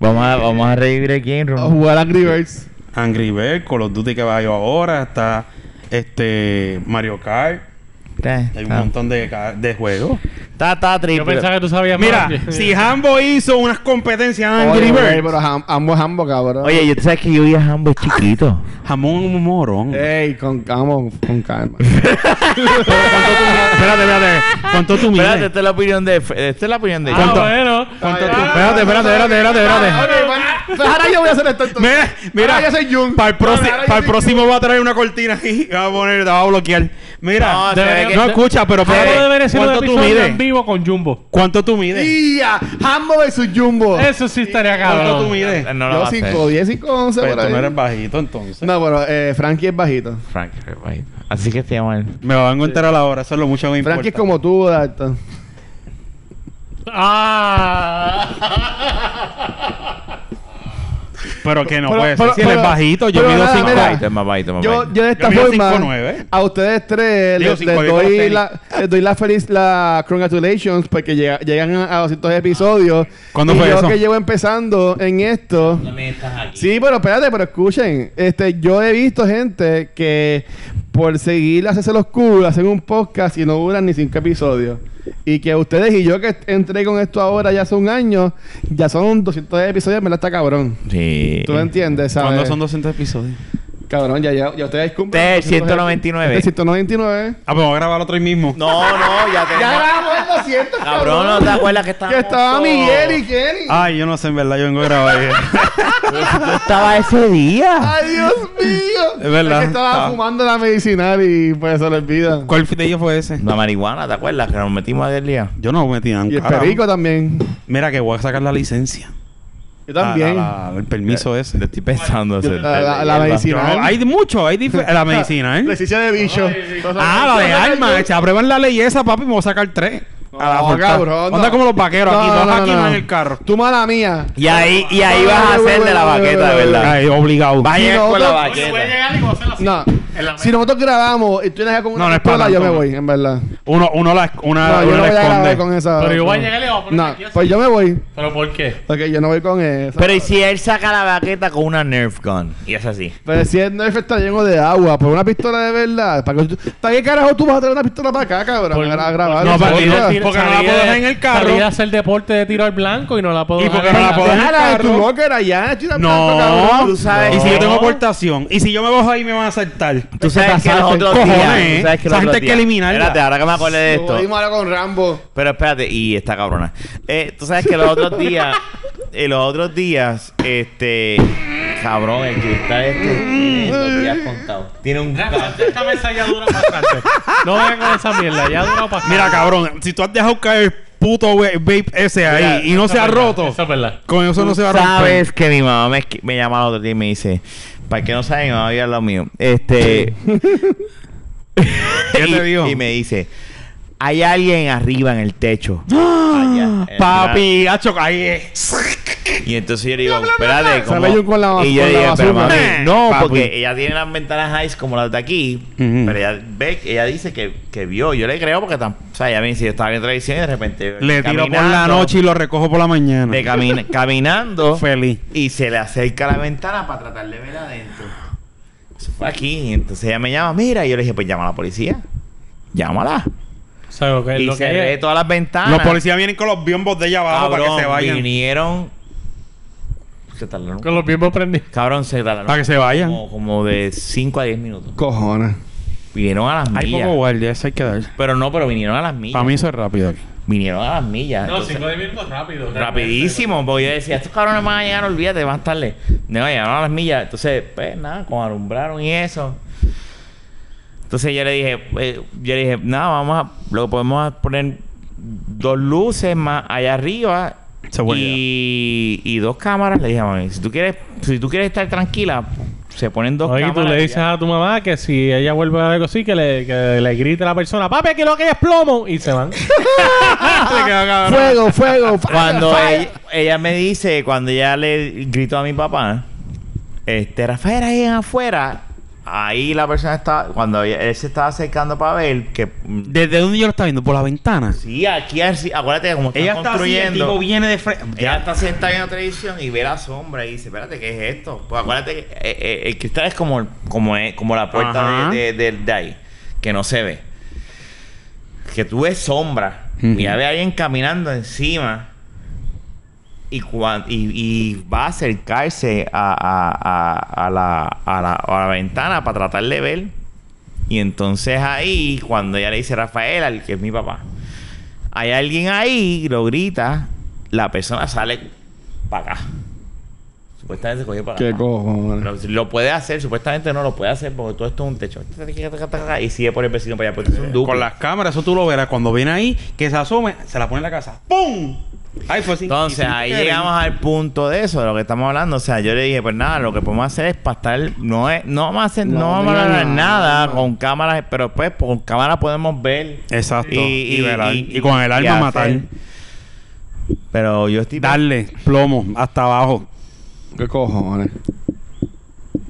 Vamos a vamos a reír de Game a Room. jugar a Rivers. Angry Birds, Call of Duty que va yo ahora. Está este Mario Kart. Hay Ah. un montón de, ca- de juegos. Ta, ta, triple. Yo pensaba que tú sabías Mira, más. Ah, si Hambo hizo unas competencias en Angry Oye, Birds. pero ham- ambos ambos, cabrón. Oye, yo, tú sabes que yo vi a Hambo chiquito. Jamón morón. Ey, con, vamos, con calma. ¿Cuánto tú mi- Espérate, espérate. ¿Cuánto tú mides? Espérate, esta es la opinión de... Esta es la opinión de... Ah, bueno. Espérate, espérate, espérate, espérate, espérate. Ok, bueno, pues ahora yo voy a hacer esto. entonces. Mira, mira. Ahora yo soy Jun. Para el, Ahora proci- yo para el soy próximo va a traer una cortina aquí. *laughs* Va a poner, la va a bloquear. Mira. No, Ah, No, se ve que- escucha, pero Vamos de ver espérate. ese ¿Cuánto tú episodio en mides? vivo con Jumbo. ¿Cuánto tú mides? Jun. Ya, Hambo versus Jumbo. Eso sí estaría ¿Cuánto tú cabrón. mides? Eh, No lo Yo va a 5, hacer. 10, 5, 11. Pero tú no eres bajito, entonces. No, bueno, eh, Frankie es bajito. Frank, right. Así que se llama él. Me van a encontrar a la hora. Eso es lo mucho que me importa. Frankie es como tú, de alto. Ah. *laughs* Pero que no Pero- puede pero- ser. Si él es pero- bajito, yo pero mido nada, 5. mira. Bajito, este es más bajito, más Yo, bajito. yo de esta mido forma, 5'9". a ustedes tres Digo, les, 5'10 les con los doy tenis. la, les doy la feliz, la congratulations, porque llega- llegan a a 200 episodios. ¿Cuándo y fue yo eso? que llevo empezando en esto. Sí, pero espérate, pero escuchen. Este, yo he visto gente que por seguir hacerse los cool, hacen un podcast y no duran ni cinco episodios. Y que ustedes y yo que entré con esto ahora ya hace un año, ya son 200 episodios, me la está cabrón. Sí. ¿Tú me entiendes? ¿sabes? ¿Cuándo son 200 episodios? Cabrón, ya, ya, ya ustedes cumplen. Este es 200 199. Este es 199. Ah, pues vamos a grabarlo otro hoy mismo. No, no, ya Ya grabamos el 200, Cabrón, ¿no te acuerdas que estábamos Que estaba todos? Miguel y Kenny. Ay, yo no sé, en verdad, yo vengo a grabar. *laughs* Yo estaba ese día. ¡Ay, Dios mío! Es verdad. que estaba Estaba- fumando la medicinal y pues se lo olvida. ¿Cuál de ellos fue ese? La marihuana, ¿te acuerdas? Que nos metimos aquel día. Yo no metí nada. Y el carajo. perico también. Mira que voy a sacar la licencia. Yo también. La- la- la- el permiso ese. Te estoy pensando. Yo- hacer- la- la- la Yo medicinal. no- hay mucho, hay dife- la *laughs* medicina, La ¿eh? esencia de bicho. Ah, la de armas. Se aprueban la ley esa, papi, me voy a sacar tres. a la No, portada. ah, cabrón, no. Anda como los vaqueros aquí, No, dos no, aquí no, más no. en el carro. Tú mala mía. Y ahí, y ahí No, vas a no, hacer no, de la no, no, baqueta, no, de verdad. Ay, obligado. Vas a Si llegar con la nosotros- baqueta. No. Si nosotros grabamos y tú llegas con una No, no es pistola, para yo me tanto. voy, en verdad. Uno, uno la, una, No, yo uno la no voy a esconde. grabar con esa. Pero yo voy a llegar y le voy a poner No, aquí así. pues yo me voy. ¿Pero por qué? Ok, yo no voy con esa. Pero ¿y si él saca la baqueta con una Nerf gun? Y es así. Pero si el Nerf está lleno de agua, por una pistola de verdad. ¿Para qué, ¿Para qué carajo tú vas a traer una pistola para acá, cabrón? Por- a grabar. No, esa para cosa. tirar- Porque no la puedo dejar en el carro. Salí a hacer deporte de tiro al blanco y no la puedo Y dejar porque en no la el- puedo- Déjala en carro. tu locker allá. tira el blanco, No, cabrón. Tú sabes- Y si yo No. tengo aportación, y si yo me bajo ahí me van a saltar. Tú sabes que los pasaste. otros Cojones, días... ¿eh? tú sabes que los Esa gente otros hay que días- eliminarla. Espérate, ahora que me acuerdo de Lo esto. jodimos ahora con Rambo. Pero espérate, y esta cabrona. Eh, tú sabes que los otros días, eh, los otros días, este. Cabrón, el cristal este. tiene Los días contados. Tiene un. Esta mesa ya dura bastante. No vengan con esa mierda, ya dura bastante. Mira, cabrón, si tú has dejado caer el puto we- vape ese ahí Mira, y no Eso se ha es verdad, roto, Eso es verdad. con eso no se va a romper. Sabes que mi mamá me, esqui- me llama el otro día y me dice: ¿Para que no saben? Mi mamá había hablado mío. Este. *laughs* ¿Qué y, te dijo? y me dice: Hay alguien arriba en el *gasps* techo. Allá, Eh, en Papi, hacho, ahí es. la- Y entonces yo le digo: Espérate. ¿cómo?" Sale yo con la- y yo le con la digo: Pero mami, basura". no, Papi. porque ella tiene las ventanas highs como las de aquí. Ujú. Pero ella ve, ella dice que, que vio. Yo le creo porque tam- o sea, ella me dice, yo estaba viendo televisión y de repente Le tiro por la noche y lo recojo por la mañana. de *laughs* cami- caminando Feliz. y se le acerca a la ventana para tratar de ver adentro. Eso fue aquí. Entonces ella me llama, mira, y yo le dije, pues llama a la policía. Llámala. O sea, lo Pues que, Y lo que cerré todas las ventanas. Los policías vienen con los biombos de allá abajo para Cabrón, que se vayan. vinieron. Se tardaron. con los mismos prendidos. Cabrón, se tardaron. Para que se vayan. Como, como de 5 a 10 minutos. Cojones. Vinieron a las Hay millas. poco guardia, eso hay que dar. Pero no, pero vinieron a las millas. Para mí eso es rápido aquí. Vinieron a las millas. No, Ah, entonces- 5 de minutos rápido. Rapidísimo, porque yo decía, estos cabrones van a llegar, olvídate, van tarde. No, llegaron a las millas. Entonces, pues nada, como alumbraron y eso. Entonces yo le dije, eh, yo le dije, nada, vamos a, lo que podemos es poner dos luces más allá arriba Seguridad. y, y dos cámaras. Le dije, mami, si tú quieres, si tú quieres estar tranquila, se ponen dos Oye, tú cámaras. le y dices ya". a tu mamá que si ella vuelve a ver algo así, que le, que le grite a la persona, papi, que lo que hay es plomo. Y se van. Ah, *laughs* Fuego, fuego. fire, Cuando fire. ella, ella me dice, cuando ella le gritó a mi papá, este, Rafael, ahí afuera, ahí la persona estaba, cuando ella- él se estaba acercando para ver, que... mm, ¿Desde dónde yo lo estaba viendo? Por la ventana. Sí, aquí, así- acuérdate, como están Ella está así, el construyendo... tipo viene de frente. ella está sentada viendo televisión y ve la sombra y dice, espérate, ¿qué es esto? Pues acuérdate que eh, eh, el cristal es como, como, es- como la puerta Ajá. de, de- de- de ahí, que no se ve. que tú ves sombra Ujú. y ya ve a alguien caminando encima y, cuan- y, y va a acercarse a, a- a- a la, a la- a la ventana para tratar de ver. Y entonces ahí, cuando ella le dice Rafael, al que es mi papá, hay alguien ahí, lo grita, la persona sale para acá. Supuestamente se cogió para Qué acá. cojones. Pero lo puede hacer, supuestamente no lo puede hacer porque todo esto es un techo. Y sigue por el vecino para allá, porque esto es un duplo. Con las cámaras, eso tú lo verás. Cuando viene ahí, que se asome, se la pone en la casa. ¡Pum! Ahí fue así. Entonces, ahí llegamos al punto de eso, de lo que estamos hablando. O sea, yo le dije, pues nada, lo que podemos hacer es para estar... No, es, no vamos a hacer, no, No, vamos a no, hablar no, nada no. con cámaras, pero pues con cámaras podemos ver. Exacto. Y, Y, y- velar. y- Y con el y arma matar. hacer. Pero yo estoy... Darle plomo hasta abajo. Qué cojones.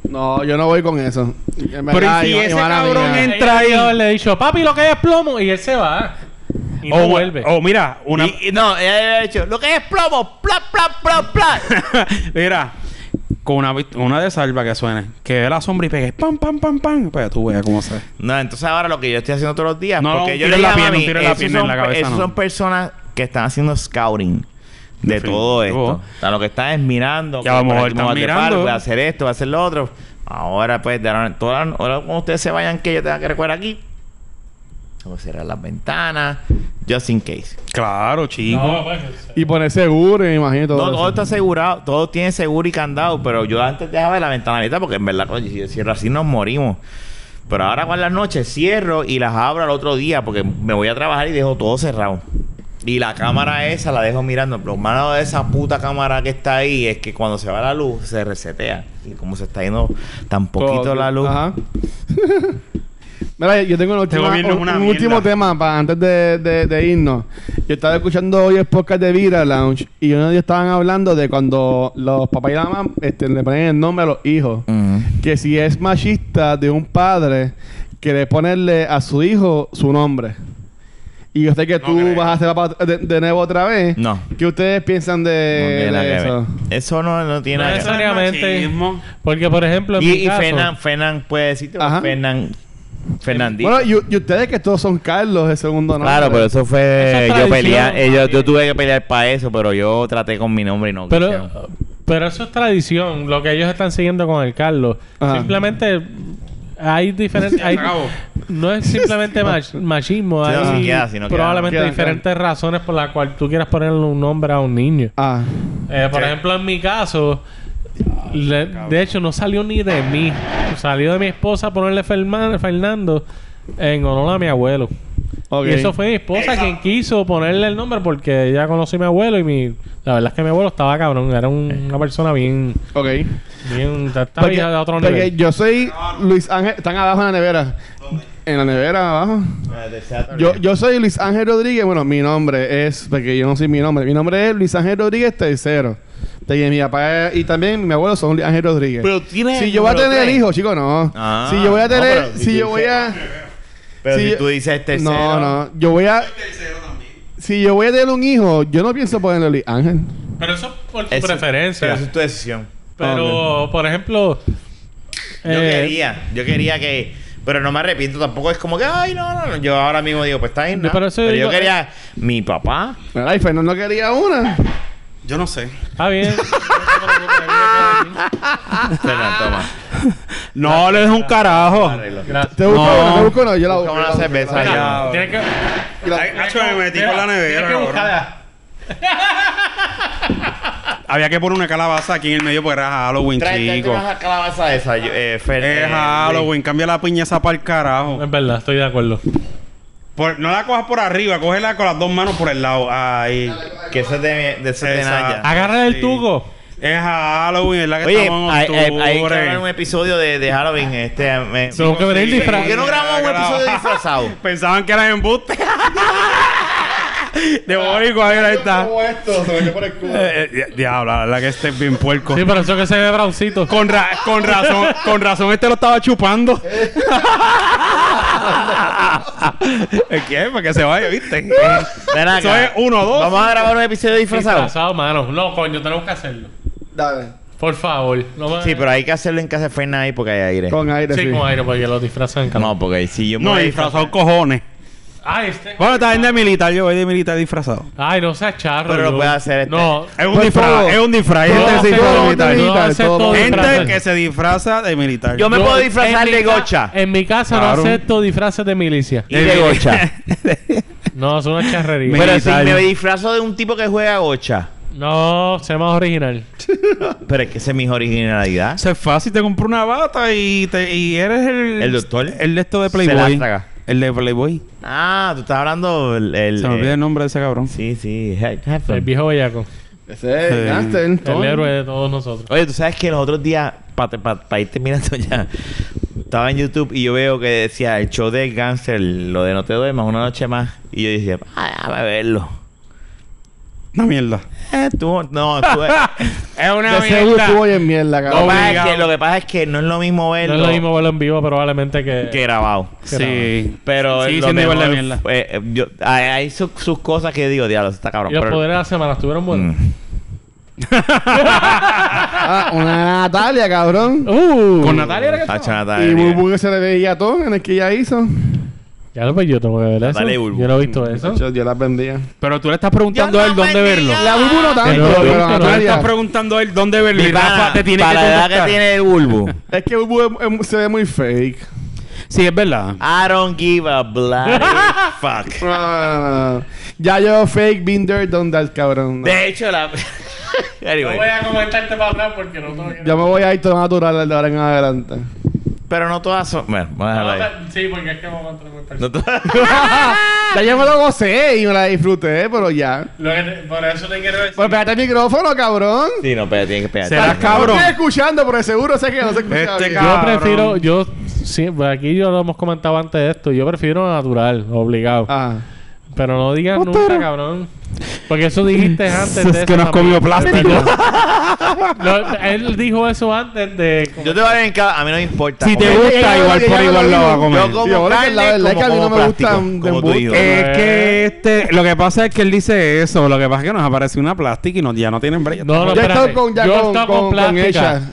No, yo no voy con eso. En Pero verdad, ¿y si yo- ese mala cabrón mía. en- Entra ahí. Yo le he dicho, papi, lo que hay es plomo. Y él se va. Y no o, vuelve. o mira, una. Y- y no, ella había dicho, lo que es plomo, pla, pla, pla, pla. mira, con una, vist- una de salva que suene. Que ve la sombra y pegue. ¡Pam, pam, pam, pam! Pues tú veas cómo se ve. No, entonces ahora lo que yo estoy haciendo todos los días, No, no, porque un yo le tiro en la llamo a pierna, un mí, tiro en la esos pierna, son, en la cabeza, esos no. son personas que están haciendo scouting de Definitivo. todo esto. O sea, lo que están es mirando. Que a lo como, por mejor aquí me están voy a trepar, mirando. Voy a hacer esto, voy a hacer lo otro. Ahora pues, de ahora, toda la- ahora cuando ustedes se vayan, que yo tenga que recordar aquí. Vamos a cerrar las ventanas, just in case. Claro, chico. No, pues, Y poner seguro, me imagino. Todo Todo, todo eso. está asegurado, todo tiene seguro y candado, pero yo antes dejaba la ventana abierta porque en verdad, coño, si yo cierro así nos morimos. Pero ahora con las noches cierro y las abro al otro día porque me voy a trabajar y dejo todo cerrado. Y la cámara esa la dejo mirando. Lo malo de esa puta cámara que está ahí es que cuando se va la luz se resetea. Y como se está yendo tan poquito Todo. la luz. Ajá. *laughs* Mira, yo tengo una última- Este gobierno es un, una un mierda. último tema para antes de, de- de irnos. Yo estaba escuchando hoy el podcast de Vira Lounge y uno de ellos estaban hablando de cuando los papás y la mamá este, le ponen el nombre a los hijos. Mm. Que si es machista de un padre que le ponerle a su hijo su nombre. Y yo sé que tú creo. vas a hacer papá de, de nuevo otra vez. No. ¿Qué ustedes piensan de, No tiene nada de que ver. eso? Eso no, no tiene Eh, No, nada que eso ver. Necesariamente. Machismo. Porque, por ejemplo, en mi Y, y caso, Fernan, Fernan puede decirte, Ajá. Fernan, Fernandito. Bueno, y, y ustedes que todos son Carlos, el segundo nombre. Claro, pero eso Eso fue es yo tradición, pelear, eh, yo, papi. yo tuve que pelear para eso, pero yo traté con mi nombre y no quisieron. Pero, pero eso es tradición, lo que ellos están siguiendo con el Carlos. Ajá. Simplemente hay diferentes... hay- Se acabó. no es *laughs* simplemente mach- machismo, Sí, hay no, si queda, si no queda. probablemente Queda, diferentes razones por las cuales tú quieras ponerle un nombre a un niño. Ah. Eh, por ejemplo, en mi caso, le- de hecho no salió ni de mí, salió de mi esposa ponerle Fernan- Fernando en honor a mi abuelo. Ok. Y eso fue mi esposa quien quiso ponerle el nombre porque ella conocí a mi abuelo y mi... La verdad es que mi abuelo estaba cabrón. Era un- una persona bien... Ok. bien estaba Eh. Porque, de otro porque nivel. yo soy Luis Ángel. Están abajo en la nevera. En la nevera abajo. Yo, yo soy Luis Ángel Rodríguez. Bueno, mi nombre es. Porque yo no soy mi nombre. Mi nombre es Luis Ángel Rodríguez tercero. De- mi papá y también mi abuelo son Luis Ángel Rodríguez. Pero tienes si el yo voy a número tener tres. hijos, chico, no. Ah, si yo voy a no, tener. pero si si tú yo voy dices- a. Pero si si, yo- tú dices este tercero. No, no. Yo voy a. Si yo voy a tener un hijo, yo no pienso ponerle Luis Ángel. Pero eso es por tu Eso- preferencia. Pero eso Pero, es tu decisión. Ah, por ejemplo... yo eh, quería, yo quería que. Pero no me arrepiento, tampoco es como que, ay, no, no, no. Yo ahora mismo digo, pues está bien, Yo nada. por Pero, eso digo- yo quería. Mi papá. ¿Verdad? Y Fernando quería una. Yo no sé. Está bien. Fernan, Ah. toma. No le des un carajo. Arreglo. *laughs* Gracias. Te busco No. una, te busco una. Yo la busco. Busca una yo la busco, cerveza. yo la ya. Mira, Tienes que... busco. La- Hacho, me metí con la nevera, Tienes que cabrón. buscarla. Había que poner una calabaza aquí en el medio porque era Halloween, Trae, chico. trae la calabaza esa, yo- eh, Fer- eh, Es Halloween. Cambia la piña esa para el carajo. Es verdad, estoy de acuerdo. Por- no la cojas por arriba, cógela con las dos manos por el lado. Ahí. Que eso es de, de, eso es de Exacto. Naya. Agarra el Sí. tuco. Es Halloween, es la que Oye, estamos hay, en hay, octubre. hay que grabar un episodio de, de Halloween. Este, eh, me- Tengo que venir sí. ¿Por qué disfrazado. no grabamos un episodio *laughs* de disfrazado? Pensaban que eran embuste. *laughs* De boricua, ahí está. Como esto, se metió por el culo. Eh, eh, Diablo, la verdad que este es bien puerco. Sí, pero eso que se ve braucito. Con, ra- con razón, con razón este lo *laughs* estaba chupando. *laughs* ¿Es que? Para que se vaya, ¿viste? Eh, Ven acá. Eso es uno, dos. Vamos a grabar un episodio disfrazado. Disfrazado, mano. No, coño, tenemos que hacerlo. Dale. Por favor. No me... Sí, pero hay que hacerlo en casa de Fernández ahí porque hay aire. Con aire, sí. Sí, con aire, porque lo disfrazan. cabrón. No, porque si yo me No, voy a disfrazado cojones. Ay, este... Bueno, está bien de militar, yo voy de militar disfrazado. Ay, no seas charro. Pero lo Lu. puede hacer este. *laughs* No. Es un Pues disfraz, todo. es un disfraz. No, Gente, hace sí, todo todo militar, militar. no hace todo gente disfraz. que se disfraza de militar. Yo me Yo- puedo disfrazar en mi de ca- gocha. En mi casa Claro. no acepto disfraces de milicia. Y de gocha. No, es una charrería. Mira. Pero si Militar. me disfrazo de un tipo que juega gocha. No, sé más original. Pero es que esa es mi originalidad. Eso es fácil, te compro una bata y, te, y eres el... ¿El doctor? El de esto de Se la Playboy. traga. El de Playboy. Ah, tú estás hablando el... el- eh, Se me olvida el nombre de ese cabrón. Sí, sí. He- Heflin. El viejo bellaco. Ese es Sí. el gangster. El héroe de todos nosotros. Oye, tú sabes que los otros días, para ir terminando *laughs* ya, estaba en YouTube y yo veo que decía el show del gánster, lo de No te duermas, una noche más. Y yo dije, ah, déjame verlo. Una mierda. Eh, tú, no, tú. *laughs* Es una De seguro estuvo bien mierda, lo, que cabrón. pasa es que, lo que pasa es que no es lo mismo No verlo es lo mismo verlo en vivo probablemente que... que grabado. Sí. Pero Sí, lo siendo igual de mejor mierda. fue- eh, yo- hay, hay su- sus cosas que digo, diablo, está cabrón. Y los pero- poderes de la semana estuvieron buenos. Mm. Ah, una Natalia, cabrón. Uh, Con Natalia era que Hacha, estaba. Mm. Natalia. Y Bubu que se le veía todo en el que ella hizo. Ya lo pues yo tengo que ver eso. Dale, Bulbo. yo no he visto eso. Yo, yo las vendía. Pero tú le estás preguntando a él dónde verlo. La Bubu no tanto, Pero- pero, pero- pero- la Tú le estás Natalia. preguntando a él dónde verlo. Mi Y pana, Rafa te tiene que para la edad que contestar. tiene el bulbo. Es que Bubu es- es- se ve muy fake. Sí, es verdad. I don't give a bloody *laughs* fuck. No, no, no, no. Ah, Ya yo fake, been there, done that, cabrón. No. De hecho, la. *laughs* Anyway. a comentarte para atrás porque no tengo Yo me voy a ir todo natural de ahora en adelante. *laughs* Pero no todas son. Bueno, vamos a dejarlo ahí. Sí, porque es que vamos a encontrar No todas. Ya yo me lo gocé y me la disfruté, pero ya. Por eso te quiero decir. Pues pégate el micrófono, cabrón. *laughs* Sí, no, pero tiene que pegar. Serás cabrón. No estoy escuchando, pero de seguro sé que no se escucha Este bien. cabrón. Yo prefiero, yo, sí, pues aquí yo lo hemos comentado antes de esto, yo prefiero natural, obligado. Ah. Pero no digas Otero. nunca, cabrón. Porque eso dijiste antes de Es eso que no has también. comido plástico. *laughs* No, él dijo eso antes de... Yo te voy a ver en cada. A mí no me importa. Si te Como- gusta, yo- igual yo- por yo- igual lo yo- va a yo- comer. Yo como Yo creo que carne, la verdad es que a mí como no me como gusta plástico, un como tú y yo. embuste. Es Eh, que este, lo que pasa es que él dice eso, lo que pasa es que nos aparece una plástica y no, ya no tienen brecha. No, no, Yo he estado espérate. con- ya yo he con- estado con, con- con plástica. ella.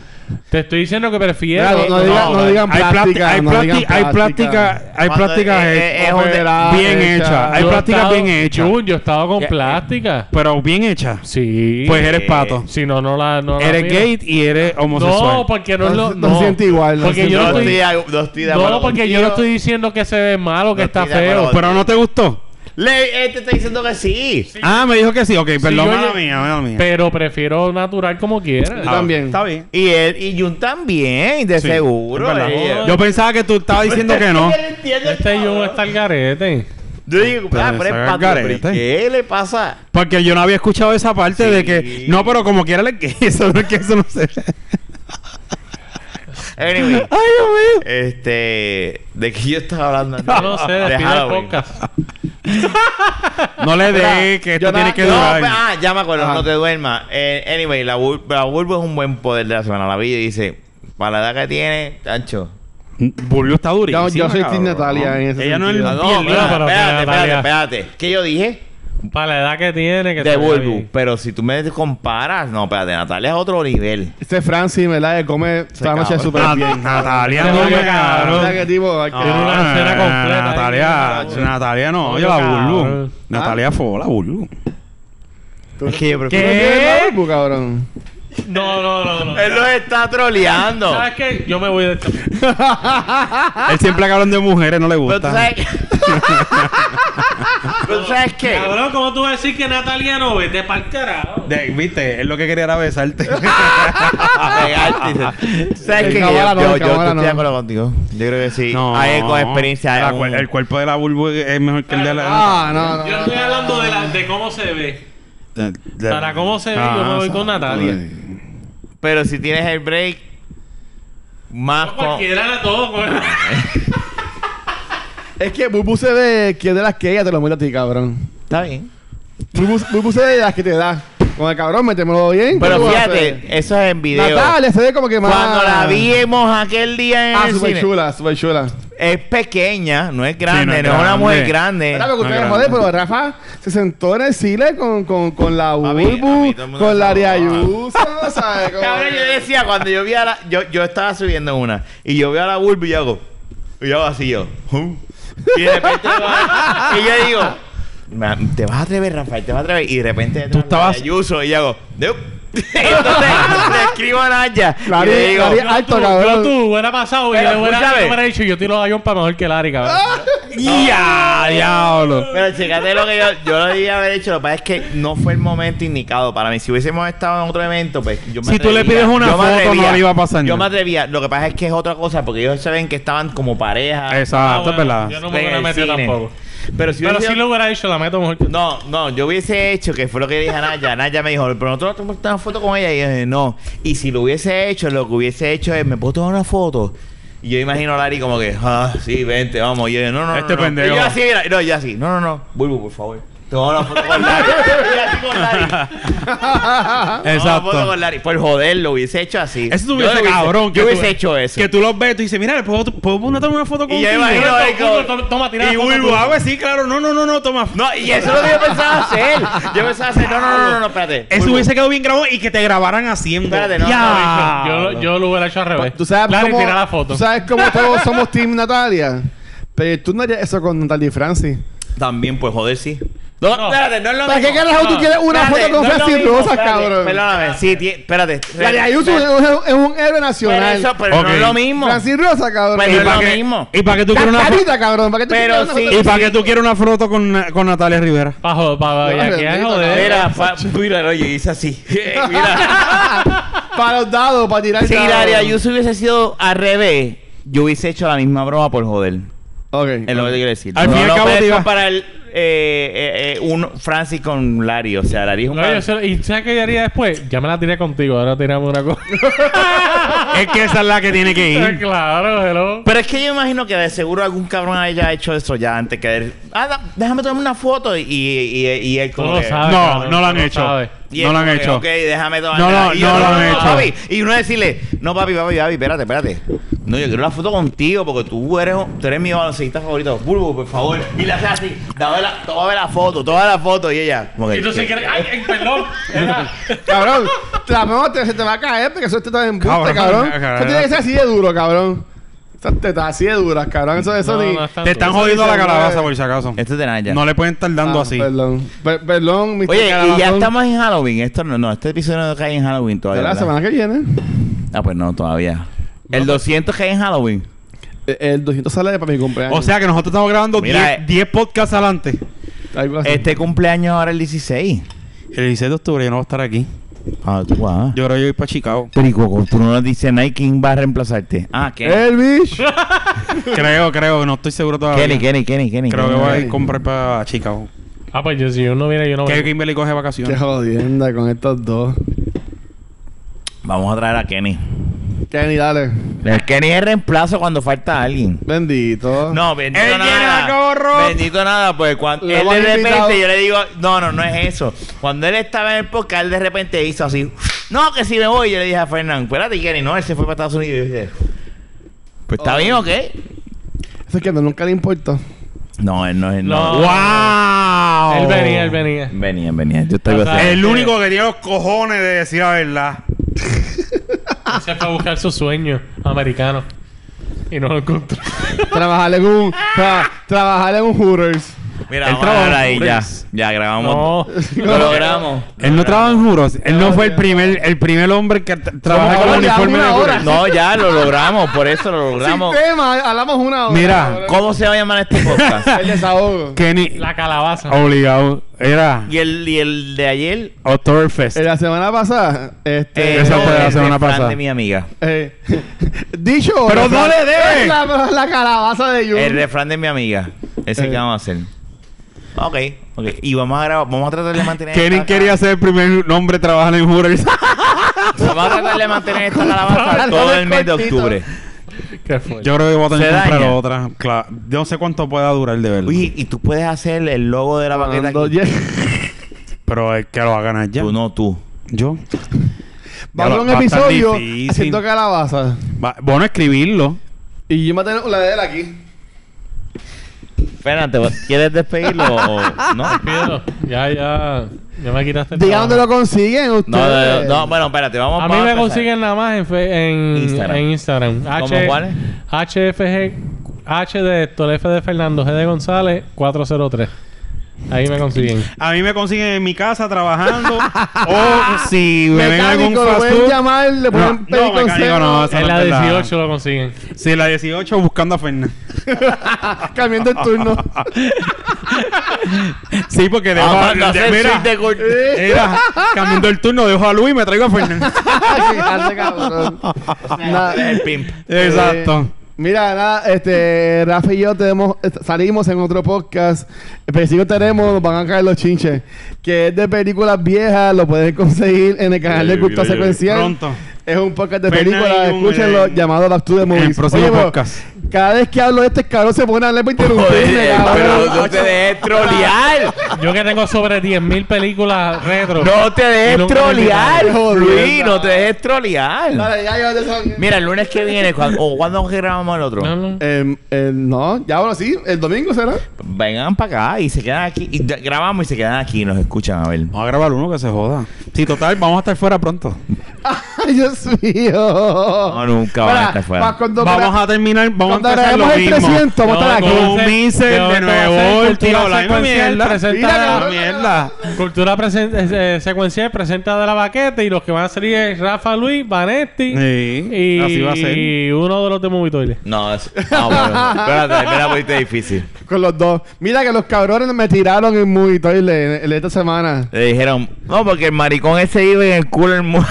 Te estoy diciendo que prefiero... Mira, no, no diga- no digan hay plástica, plástica, hay no digan plástica, hay plástica, hay Cuando plásticas es- hechas- es- es operada, bien hecha. hechas, hay Yo he plásticas estado- bien hechas, Jun, yo he estado con plástica. pero bien hechas. Sí. Pues eres pato, Si no, no la... No la eres miro. gay y eres homosexual. No, porque no es lo... No, no siento igual, no Porque siento yo No no igual. estoy estoy... de- no estoy de acuerdo No, porque yo no estoy contigo. diciendo que se ve malo, que No está estoy de acuerdo feo. pero no te gustó. Le, este está diciendo que sí. Ah, me dijo que sí. Ok, yo perdón, mala ya- mía, mala mía. Pero prefiero natural como quiera. Ah, también. Está bien. Y él y Jun también, de Sí, seguro. es verdad. eh. Yo pensaba que tú estabas diciendo que no. Él entiende, Este yo está al garete. *laughs* Yo digo, Pero ah, pero es saca el pato, pero ¿y garete. ¿Qué le pasa? Porque yo no había escuchado esa parte de que no, pero como quiera le *laughs* que eso no es que eso no se. ve. Anyway, Ay, Dios mío. este. ¿De qué yo estaba hablando? Yo no sé, *laughs* De despide el Halloween. podcast. No le dé que esto yo tiene na- que No, durar. pues, ah, ya me acuerdo, Ajá. no te duermas. Eh, anyway, la, bul- la Bulbo es un buen poder de la semana. La vi y dice, para la edad que tiene, Tancho. Bulbo está durísimo. Yo, yo soy Team Natalia en ese Ella no es sentido. la- No, Bien, espérate, Ah, pero espérate, que Natalia- espérate, espérate. ¿Qué yo dije? Para la edad que tiene, que De se vea Bulbo. bien. Pero si tú me comparas, no, espérate, Natalia es otro nivel. Este Francis, ¿verdad? Que come cabrón. sándwiches súper bien. Natalia Ese no, hombre, Ah, cabrón. cabrón. Mira qué tipo, hay que- Tiene una Ah, cena completa ahí. Natalia, Natalia no, yo la Cabrón. Bulbo. Natalia fue la Bulbo. Es que yo ¿Tú prefiero. no tienes notebook, cabrón? No, no, no, no. Él los está troleando. ¿Sabes qué? Yo me voy de este esta. Él siempre que hablan de mujeres no le Pero tú gusta. sabes. *laughs* Pero tú sabes qué. Cabrón, ¿cómo tú vas a decir que Natalia no? Vete pa'l carajo. De- Viste, él lo que quería era besarte. Pegarte. Tú *laughs* sabes El qué. Yo, cámara no, yo, el yo cámara estoy de no. acuerdo contigo. Yo creo que sí. No. Hay con experiencia. eh. La es cuer- un- el cuerpo de la Bulbo es mejor que el de la. Ah, no, no. Yo estoy hablando de, la, de cómo se ve. de- de- Para cómo se ve, yo me voy con Natalia. ay. Pero si tienes el break, más No, con. Cualquiera era todo. güey. Es que Bubu se ve que es de las que ella te lo muestra a ti, cabrón. Está bien. Bubu, Bubu se ve de las que te da. Con el cabrón, métemelo bien. Pero Bubu, hace- fíjate, eso es en video. Natalia se ve como que más... Cuando la vimos aquel día en Ah, el súper cine, chula, súper chula. es pequeña, no es grande, Sí, no no es es, una grande. mujer grande. Era lo que no ustedes grande. joden, pero Rafa se sentó en el cine con, con, con la Papi, a mí Bulbu, todo el mundo con me la saludaba. Ariayusa, *laughs* ¿sabes? Como Cabrón, que- yo decía, cuando yo vi a la. Yo, yo estaba subiendo una, y yo veo a la Bulbo y yo hago. Y yo hago así yo. "Huh". Y de repente va- y yo digo, "Ma- te vas a atrever, Rafael, te vas a atrever. Y de repente tú estabas- Ayuso y yo hago, "Nope". *laughs* Y entonces le escribo a Naya. Y Claro, le digo, claro, alto, tú, cabrón. yo tú, hubiera pasado y Pero, le hubiera, escúchame. le hubiera dicho, yo tiro a John para mejor que Larry, cabrón. ¡Ya, diablo! Pero checate lo que yo, yo lo debía haber hecho. Lo que pasa es que no fue el momento indicado para mí. Si hubiésemos estado en otro evento, pues yo me Si tú le pides una Yo me foto, no le iba a pasar Yo nada. me atrevía. Lo que pasa es que es otra cosa, porque ellos se ven que estaban como pareja. Ah, Exacto, es bueno, verdad. Yo no me en hubiera el metido cine. tampoco. Pero si Pero hubiese- si lo hubiera dicho, la meto mejor que No, no, yo hubiese hecho, que fue lo que dije a Naya. Naya me dijo, pero nosotros tomamos una foto con ella. Y yo dije, no. Y si lo hubiese hecho, lo que hubiese hecho es, ¿me puedo tomar una foto? Y yo imagino a Larry como que, ah, sí, vente, vamos. Y yo dije, no, no, no, Este no. pendejo. Y yo así, era- no, yo así, no, no, no. Bulbo, por favor. Toma una foto con *laughs* Larry. Y yo así con Larry. Toma *laughs* una foto Exacto. con Larry. Por joder, lo hubiese hecho así. Eso Yo tuviese lo hubiese- cabrón. que Yo hubiese tú- hecho eso. Que tú los ves y tú dices, mira, ¿puedo, puedo poner tomar una foto con Y yo imagino a él Toma, como- toma, Toma, tira la Y foto Bulbo, tú. ah, pues sí, claro. No, no, no, no, toma. No, y eso es lo que yo pensaba hacer. Yo pensaba hacer, no, no, no, no, no espérate. Eso Bulbo. hubiese quedado bien grabado y que te grabaran haciendo. Espérate, no, ya. Yo, lo- yo lo hubiera hecho al revés. Tú sabes Larry, cómo, tira la foto. tú sabes cómo todos somos Team Natalia. Pero tú no harías eso con Natalia y Francis. También, pues joder, sí. No, No. espérate, no es lo ¿Para mismo. qué carajo tú quieres una Espérate, foto no con es lo Francis mismo, Rosas, espérate, cabrón? Perdóname, sí, ti- espérate. Larry Ayuso es Pero un- es un héroe nacional. eso, pero Ok. no es lo mismo. Francis Rosa, cabrón. Pero Y no es pa- lo que- mismo. ¿Y para qué tú la quieres una foto? carita, cabrón. ¿Para qué tú Pero quieres una sí. foto? ¿Y para qué tú quieres una foto con, con Natalia Rivera? *laughs* Pa' joder, pa' y No, aquí bendito, es cabrón. joder. Mira, fa- mira, oye, hice así. *laughs* mira. Para los dados, para tirar si dados. Larry Ayuso hubiese sido al revés, yo hubiese hecho la misma broma por joder. Ok. Es lo que te quiero decir. Al no, fin y al no cabo, puedes te iba- comparar el, eh, eh, eh, un Francis con Larry. O sea, Larry es un... No, yo sé- ¿Y sabes qué yo haría después? Ya me la tiré contigo, ahora tiramos una cosa. es que esa es la que tiene que *laughs* ir. claro, hello. Pero es que yo imagino que de seguro algún cabrón haya hecho eso ya antes que él. Ah, da- déjame tomarme una foto y, y, y, y él Tú como lo que- sabes. No, cabrón, no lo han tú lo hecho. sabes. y No él lo han como que, hecho. Ok, déjame tomar. No, no, Y yo, no lo han hecho. papi. Y uno decirle, no, papi, papi, papi, espérate, espérate. No, yo quiero la foto contigo porque tú eres, tú eres mi baloncista favorito. Bulbo, por favor. Y le hace así. Dame la, toma la foto, toma la foto. Y ella. como que- Y tú sí que... ¡Ay, ay, *laughs* perdón! Era- Cabrón, la mano te, se te va a caer porque eso está en buste, Cabrón, cabrón. cabrón. Eso tiene que ser así de duro, cabrón. Esas tetas así de duras, cabrón. Eso, eso No, ni... no es tanto. Te están Eso jodiendo dice, la calabaza, eh, por si acaso. Esto es de Naya. No le pueden estar dando Ah, así. Perdón. Per- perdón, Mr. Oye, y ya Calabazón. estamos en Halloween. Esto no, no, este episodio no cae en Halloween todavía. De la ¿verdad? semana que viene. Ah, pues no, todavía. El 200 cae en Halloween. Eh, El 200 sale para mi cumpleaños. O sea que nosotros estamos grabando Mira, 10 eh. 10 podcasts adelante. Algo así. Este cumpleaños ahora el 16. El 16 de octubre yo no voy a estar aquí. Ah, tú, ah. Yo creo que voy para Chicago. Pero y Coco, tú no nos dices Nike quién va a reemplazarte. Ah, Eh, Kenny. Elvis. *laughs* creo, creo, no estoy seguro todavía. Kenny, Kenny, Kenny, Kenny. Creo que Kenny. voy a ir a comprar para Chicago. Ah, pues yo, si yo no viene, yo no Que vengo. Kimberly coge Qué vacaciones. jodienda con estos dos. Vamos a traer a Kenny. Kenny, dale. El Kenny es reemplazo cuando falta alguien. Bendito. No, bendito Él nada. tiene la gorro. Bendito nada, pues cuando Lo él hemos de repente invitado. yo le digo, no, no, no es eso. Cuando él estaba en el podcast, él de repente hizo así, no, que si me voy, yo le dije a Fernán, espérate, Kenny, no, él se fue para Estados Unidos. Y yo dije, pues está bien, ¿ok? Eso es que no, nunca le importó. No, él no es. No. ¡Wow! Él venía, él venía. Venía, venía. Yo estoy O sea, gozando. El único que tiene los cojones de decir la verdad. Él Se fue a buscar su sueño americano. Y no lo encontró. Trabajar en un... tra- trabajar en un Hooters. Mira, Él vamos a trabaja grabar ahí en ya. Hooters. Ya grabamos. No. Lo logramos. Él no trabaja en juros. Él no fue el primer, el primer hombre que tra- trabaja Como con ahora, uniforme de una juros. hora. No, ya lo logramos. Por eso lo logramos. Sistema, hablamos una hora. Mira, cabrón. ¿Cómo se va a llamar este podcast? *laughs* El desahogo. Kenny, La calabaza. Oh, obligado. Era Y el, y el de ayer. Oktoberfest. Eh, La semana pasada, este. eh, Eso fue la el semana refrán pasada. de mi amiga. eh, *laughs* dicho. Pero o sea, no le debe. es La, la calabaza de Jun. El refrán de mi amiga. Ese Eh. que vamos a hacer. Ok, ok. Y vamos a grabar, vamos a tratar de mantener. Kenny esta- quería ser el primer hombre trabajando en juros. Vamos a tratar de mantener esta *laughs* calabaza Para todo darle el mes de cortito. octubre. ¿Qué fue? Yo creo que voy a tener Se que comprar daña. otra. Claro, yo no sé cuánto pueda durar de verdad. Uy, y tú puedes hacer el logo de la baqueta. Cuando aquí. llegue- Pero es que lo va a ganar ya. Tú no, tú. Yo. Vamos a lo- un va a estar episodio difícil. haciendo calabaza. Va- bueno, escribirlo. Y yo me voy a tener la de él aquí. Espérate, ¿quieres despedirlo o *laughs* no? Pedro, Ya, ya. Ya me quitaste el Diga trabajo. dónde lo consiguen ustedes. No, no, no, no, bueno, espérate, vamos A mí vamos me empezar. consiguen nada más en, fe- en Instagram. Instagram. En Instagram. ¿Cómo cuál HFG H de Héctor, F de Fernando, G de González, 403. Ahí me consiguen. A mí me consiguen en mi casa trabajando. *laughs* o si me ven algún Mecánico, lo fast pueden food. llamar, le pueden no, pedir mecánico consejo. no, esa En la es la- 18 lo consiguen. Sí, la 18 buscando a Fernández. Cambiando el turno. *laughs* *laughs* Sí, porque dejo a, Amanda, de- Ah, hacer mira, seis de *laughs* gol- era, cambiando el turno, dejo a Luis y me traigo a *laughs* Fernández. Qué cabrón. Nada. El pimp. Exacto. Eh, mira, nada, este, Rafa y yo tenemos, est- salimos en otro podcast, pero si lo tenemos, nos van a caer los chinches, que es de películas viejas, lo puedes conseguir en el canal de Oye, Cultura oye, oye. Secuencial. Pronto. Es un podcast de Fernan películas, y un- escúchenlo, eh, llamado Back to the Movies. próximo pero podcast. eh, Cada vez que hablo de este cabrón se pone a hablar para interrumpirme, Oye, pero cabrón. no te dejes trolear. Yo que tengo sobre 10.000 películas retro. No te Y dejes nunca trolear, me tiraron. Luis. No te dejes trolear. Dale, Ah, ya, llévate esa- Mira, el lunes que viene, cuan- o cuando grabamos el otro. No, no. Em, eh, no, ya ahora sí, el domingo será. *laughs* Vengan para acá y se quedan aquí. Y de- grabamos y se quedan aquí y nos escuchan a ver. Vamos a grabar uno que se joda. Sí, total, vamos a estar fuera pronto. Ay, Dios mío. No, nunca van a estar fuera. este Vamos a terminar, vamos Cuando a empezar lo grabemos el mismo. 300, vamos a estar No, aquí. ¿cómo Con hacer? Miser ¿Qué de vamos a Nuevo hacer? Ortiz, Cultura la misma secuencial mierda. presenta- Mira, cabrón. Ah, mierda. Cultura presen- eh, eh, secuencial presenta de la baqueta y los que van a salir es Rafa Luis, Vanetti Sí, y, así va a ser. y uno de los de Movie Toilet. No, es. No, bueno. Espérate, me la pusiste difícil. Con los dos. Mira que los cabrones me tiraron en muy toile en- en esta semana. Le dijeron, no, porque el maricón ese vive en el culo del mundo.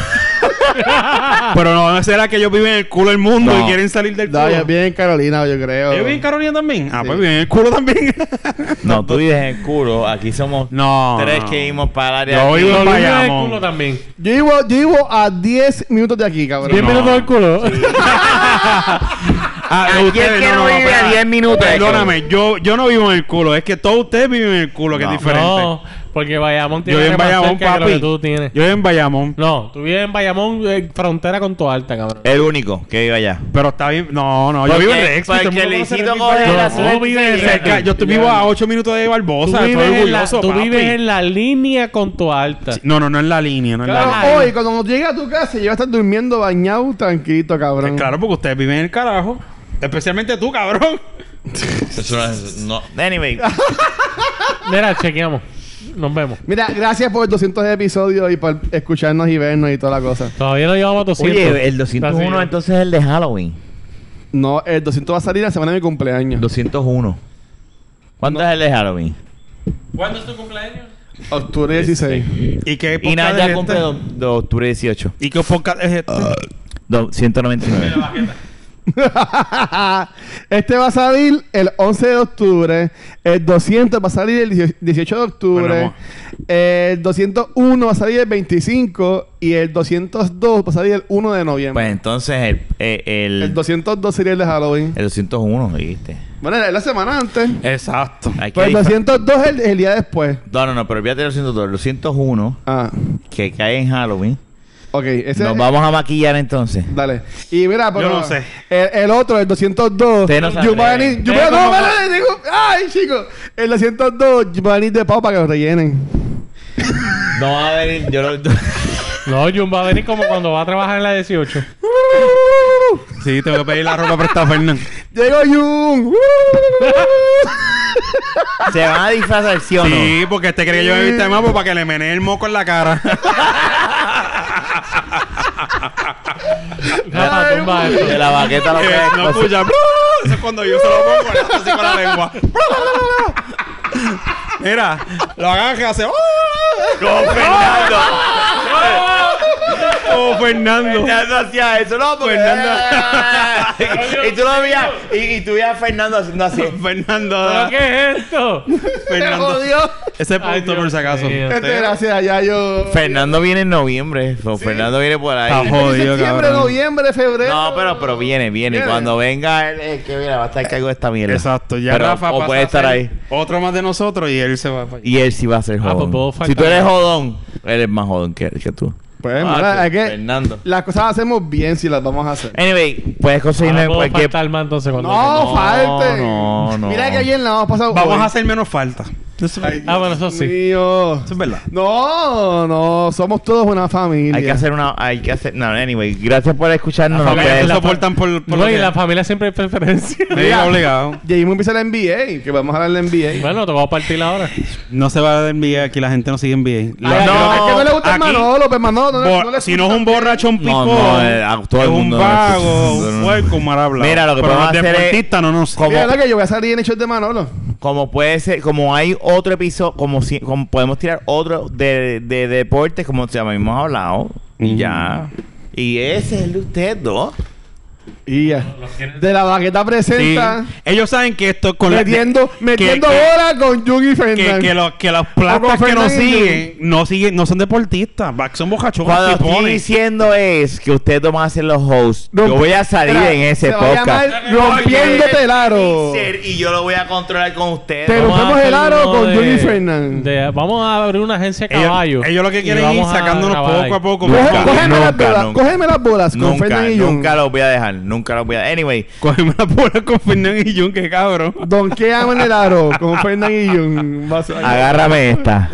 Ah. Pero no será que ellos viven en el culo del mundo No. y quieren salir del No, culo. yo bien en Carolina, yo creo. ¿Ellos viven en Carolina también? Ah, Sí. pues viven en el culo también. *laughs* No, tú vives en el culo. Aquí somos *laughs* No, tres no. que vimos para el Yo área. aquí. vivo- Los niños del Bayamón. culo también. Yo vivo, yo vivo a 10 minutos de aquí, cabrón. 10 No. minutos del culo. *laughs* Ah, Aquí es que no vive a espera. 10 minutos. Perdóname, yo, yo no vivo en el culo. Es que todos ustedes viven en el culo, que No. es diferente. No, porque Bayamón Yo tiene vivo que en más Bayamón, cerca que lo papi. que tú tienes. Yo vivo en Bayamón. No, tú vives en Bayamón, eh, frontera con Toalta, cabrón. El único que vive allá. Pero está bien. No, no, yo Porque- vivo en Rex. porque todo el mundo le conoce hicieron Rex, coger Bayamón. pues, la suerte. No, vive en Sí, Rex. Cerca- Yo estoy vivo a 8 minutos de Tú, Barbosa. Estoy vives, en la, orgulloso, tú papi. vives en la línea con Toalta. No, no, no en la línea, no en la Claro, línea. hoy, cuando llegue a tu casa, yo voy a estar durmiendo bañado tranquilito, cabrón. Claro, porque ustedes viven en el carajo. Especialmente tú, cabrón. *laughs* Eso no es- no. *laughs* Anyway, Mira, chequeamos. Nos vemos. Mira, gracias por 200 episodios y por escucharnos y vernos y toda la cosa. Todavía no llevamos a 200. oye, el 201 Así. entonces es el de Halloween. No, el 200 va a salir la semana de mi cumpleaños. 201. ¿Cuándo es el de Halloween? ¿Cuándo es tu cumpleaños? Octubre 16. ¿Y qué Y podcast nada, es ya este? cumple do- de octubre 18. ¿Y qué podcast es este? Do- 199. *laughs* este va a salir el 11 de octubre. El 200 va a salir el 18 18 de Bueno, octubre. amor. El 201 va a salir el 25. Y el 202 va a salir el 1 de Pues noviembre. entonces el, el, el- el 202 sería el de Halloween. el 201, dijiste. Bueno, es la semana antes. Exacto. Hay que Pero Pues el dif- 202 es el, el día después. No, no, no, pero olvídate del 202. El 201, Ah, que cae en Halloween. ok. Ese Nos es- vamos a maquillar entonces. Dale. Y mira, pero no sé. El, el otro, el 202. Usted no sabe. Giovanni. Eh, Giovanni- no, ¿cómo? espérate, digo- Ay, chicos. El 202, Giovanni de Pau para que lo rellenen. No va a venir, yo lo... No, Jun va a venir como cuando va a trabajar en la *laughs* 18. Sí, te voy a pedir la ropa prestada, Fernando. *laughs* Llegó Jun. *laughs* *laughs* Se van a disfrazar, ¿sí o no? Sí, porque este cree que yo me viste de mapo para que le menee el moco en la cara. Rafa, tumba esto. De la baqueta *laughs* lo Pues que Eh, no escucha. Eso es cuando yo se lo pongo le hago así con la lengua. Mira, lo agarra y hace. ¡No, Fernando! ¡Oh, Fernando! Fernando hacía eso, no, porque... Fernando. *laughs* y tú lo veías, y, y tú veías a Fernando haciendo así. Fernando, ¿Pero da- qué es esto? Fernando. Ese Ay, punto, por Dios si acaso. mío. Este, gracias, ya yo. Fernando viene en noviembre. o Fernando viene por ahí. Está jodido, Septiembre, cabrón. noviembre, febrero. No, pero, pero viene, viene. Viene. Cuando venga él, eh, que mira, va a estar cargo de esta mierda. Exacto, ya Pero- Rafa O pasa puede a estar ser ahí. Otro más de nosotros y él se va para allá. Y él sí va a ser Ah, pues puedo jodón. faltar. si tú eres jodón, él es más jodón que, que tú. Pues, Ah, mira, pues, es que Fernando. las cosas las hacemos bien si las vamos a hacer. Anyway, puedes conseguirme Ahora Ah, puedo cualquier. faltar más entonces cuando... no, no, falte. no, no. Mira que bien la vamos a pasar. Vamos hoy. a hacer menos falta. Eso es- Ah, bueno, eso sí. Mío. eso es verdad. No, no, somos todos una familia. Hay que hacer una. Hay que hacer. No, anyway, gracias por escucharnos. La No, familia pues, es Ustedes la- soportan por, por No, lo y que- la familia siempre hay *laughs* preferencia. Me diga obligado. Y ahí me empieza la NBA, que vamos a hablar de NBA. bueno, te voy a partir ahora. No se va a enviar aquí, la gente no sigue en NBA. La- Ay, no, es que no le gusta el aquí- Manolo, pues Manolo, no, Bo- no le si no es un gusta. borrachón picón, No, no, eh, a todo es el un mundo no le vago, gusta. un hueco, un mal hablado. Mira, lo que Pero podemos los hacer es- deportistas no nos... Como- Mira, lo que yo voy a salir en hechos de Manolo. Como puede ser, como hay otro episodio, como si como podemos tirar otro de, de deportes, como ya hemos hablado, y ya. Y ese es el de ustedes dos. Y ya. De la baqueta Sí. presenta. Ellos saben que esto con la- Metiendo, metiendo que- bola con Yugi que, Fernández. que, los, que los plastas Como que nos Fernández. siguen no siguen, no son deportistas, va- son bocachones Cuando estoy tipones. diciendo es que ustedes dos van a ser los hosts. Yo Rompe- voy a salir Mira, en ese se va a llamar podcast. Rompiéndote el aro. Y yo lo voy a controlar con ustedes. Pero- Vamos a rompemos el hacer aro uno con de- Johnny Fernández. de- Vamos a abrir una agencia de caballo. Ellos, ellos lo y que quieren es ir vamos a sacándonos grabar ahí. poco a poco. Coge- Nunca, cógeme, las nunca, bolas, nunca. cógeme las bolas con nunca, Fernan y Jun. nunca los voy a dejar. Nunca los voy a dejar. Anyway. Cogeme la bola con Fernan y Jun, que *laughs* cabrón. Don que en el aro con Fernan y Jun. *laughs* Vas a- Agárrame *laughs* esta.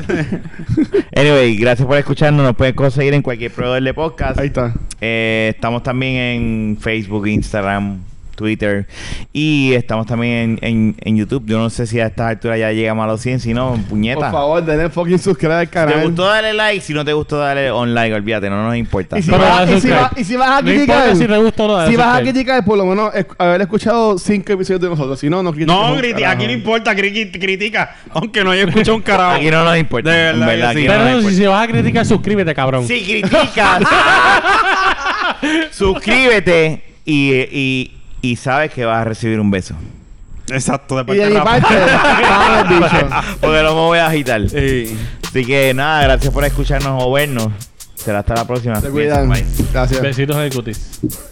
anyway, gracias por escucharnos. Nos pueden conseguir en cualquier proveedor de podcast. Ahí está. Eh, estamos también en Facebook, Instagram, Twitter. Y estamos también en, en- en YouTube. Yo no sé si a estas alturas ya llegamos a los 100. Si no, puñeta. Por favor, denle fucking suscribir al Si te canal. gustó, dale like. Si no te gustó, dale online. Olvídate, no nos importa. Y si, Pero vas, dale y si subscribe. vas- y si vas a No importa criticar, si te gusta o no, dale si vas a subscribe. criticar, por lo menos es- haber escuchado cinco episodios de nosotros. Si no, no critiques. No, un griti- carajo. aquí no importa, cri- critica, aunque no haya escuchado un carajo. Aquí no nos importa. De en verdad que sí. aquí no Pero nos eso, importa. si se vas a criticar, suscríbete, cabrón. Si *laughs* criticas, suscríbete y, y- y sabes que vas a recibir un beso. Exacto, de Y parte de de mi Rafa. parte, nada más dicho. *laughs* Porque no me voy a agitar. Sí. Así que nada, gracias por escucharnos o vernos. Será hasta la próxima. Se cuidan. Bye. Gracias. Besitos en el cutis.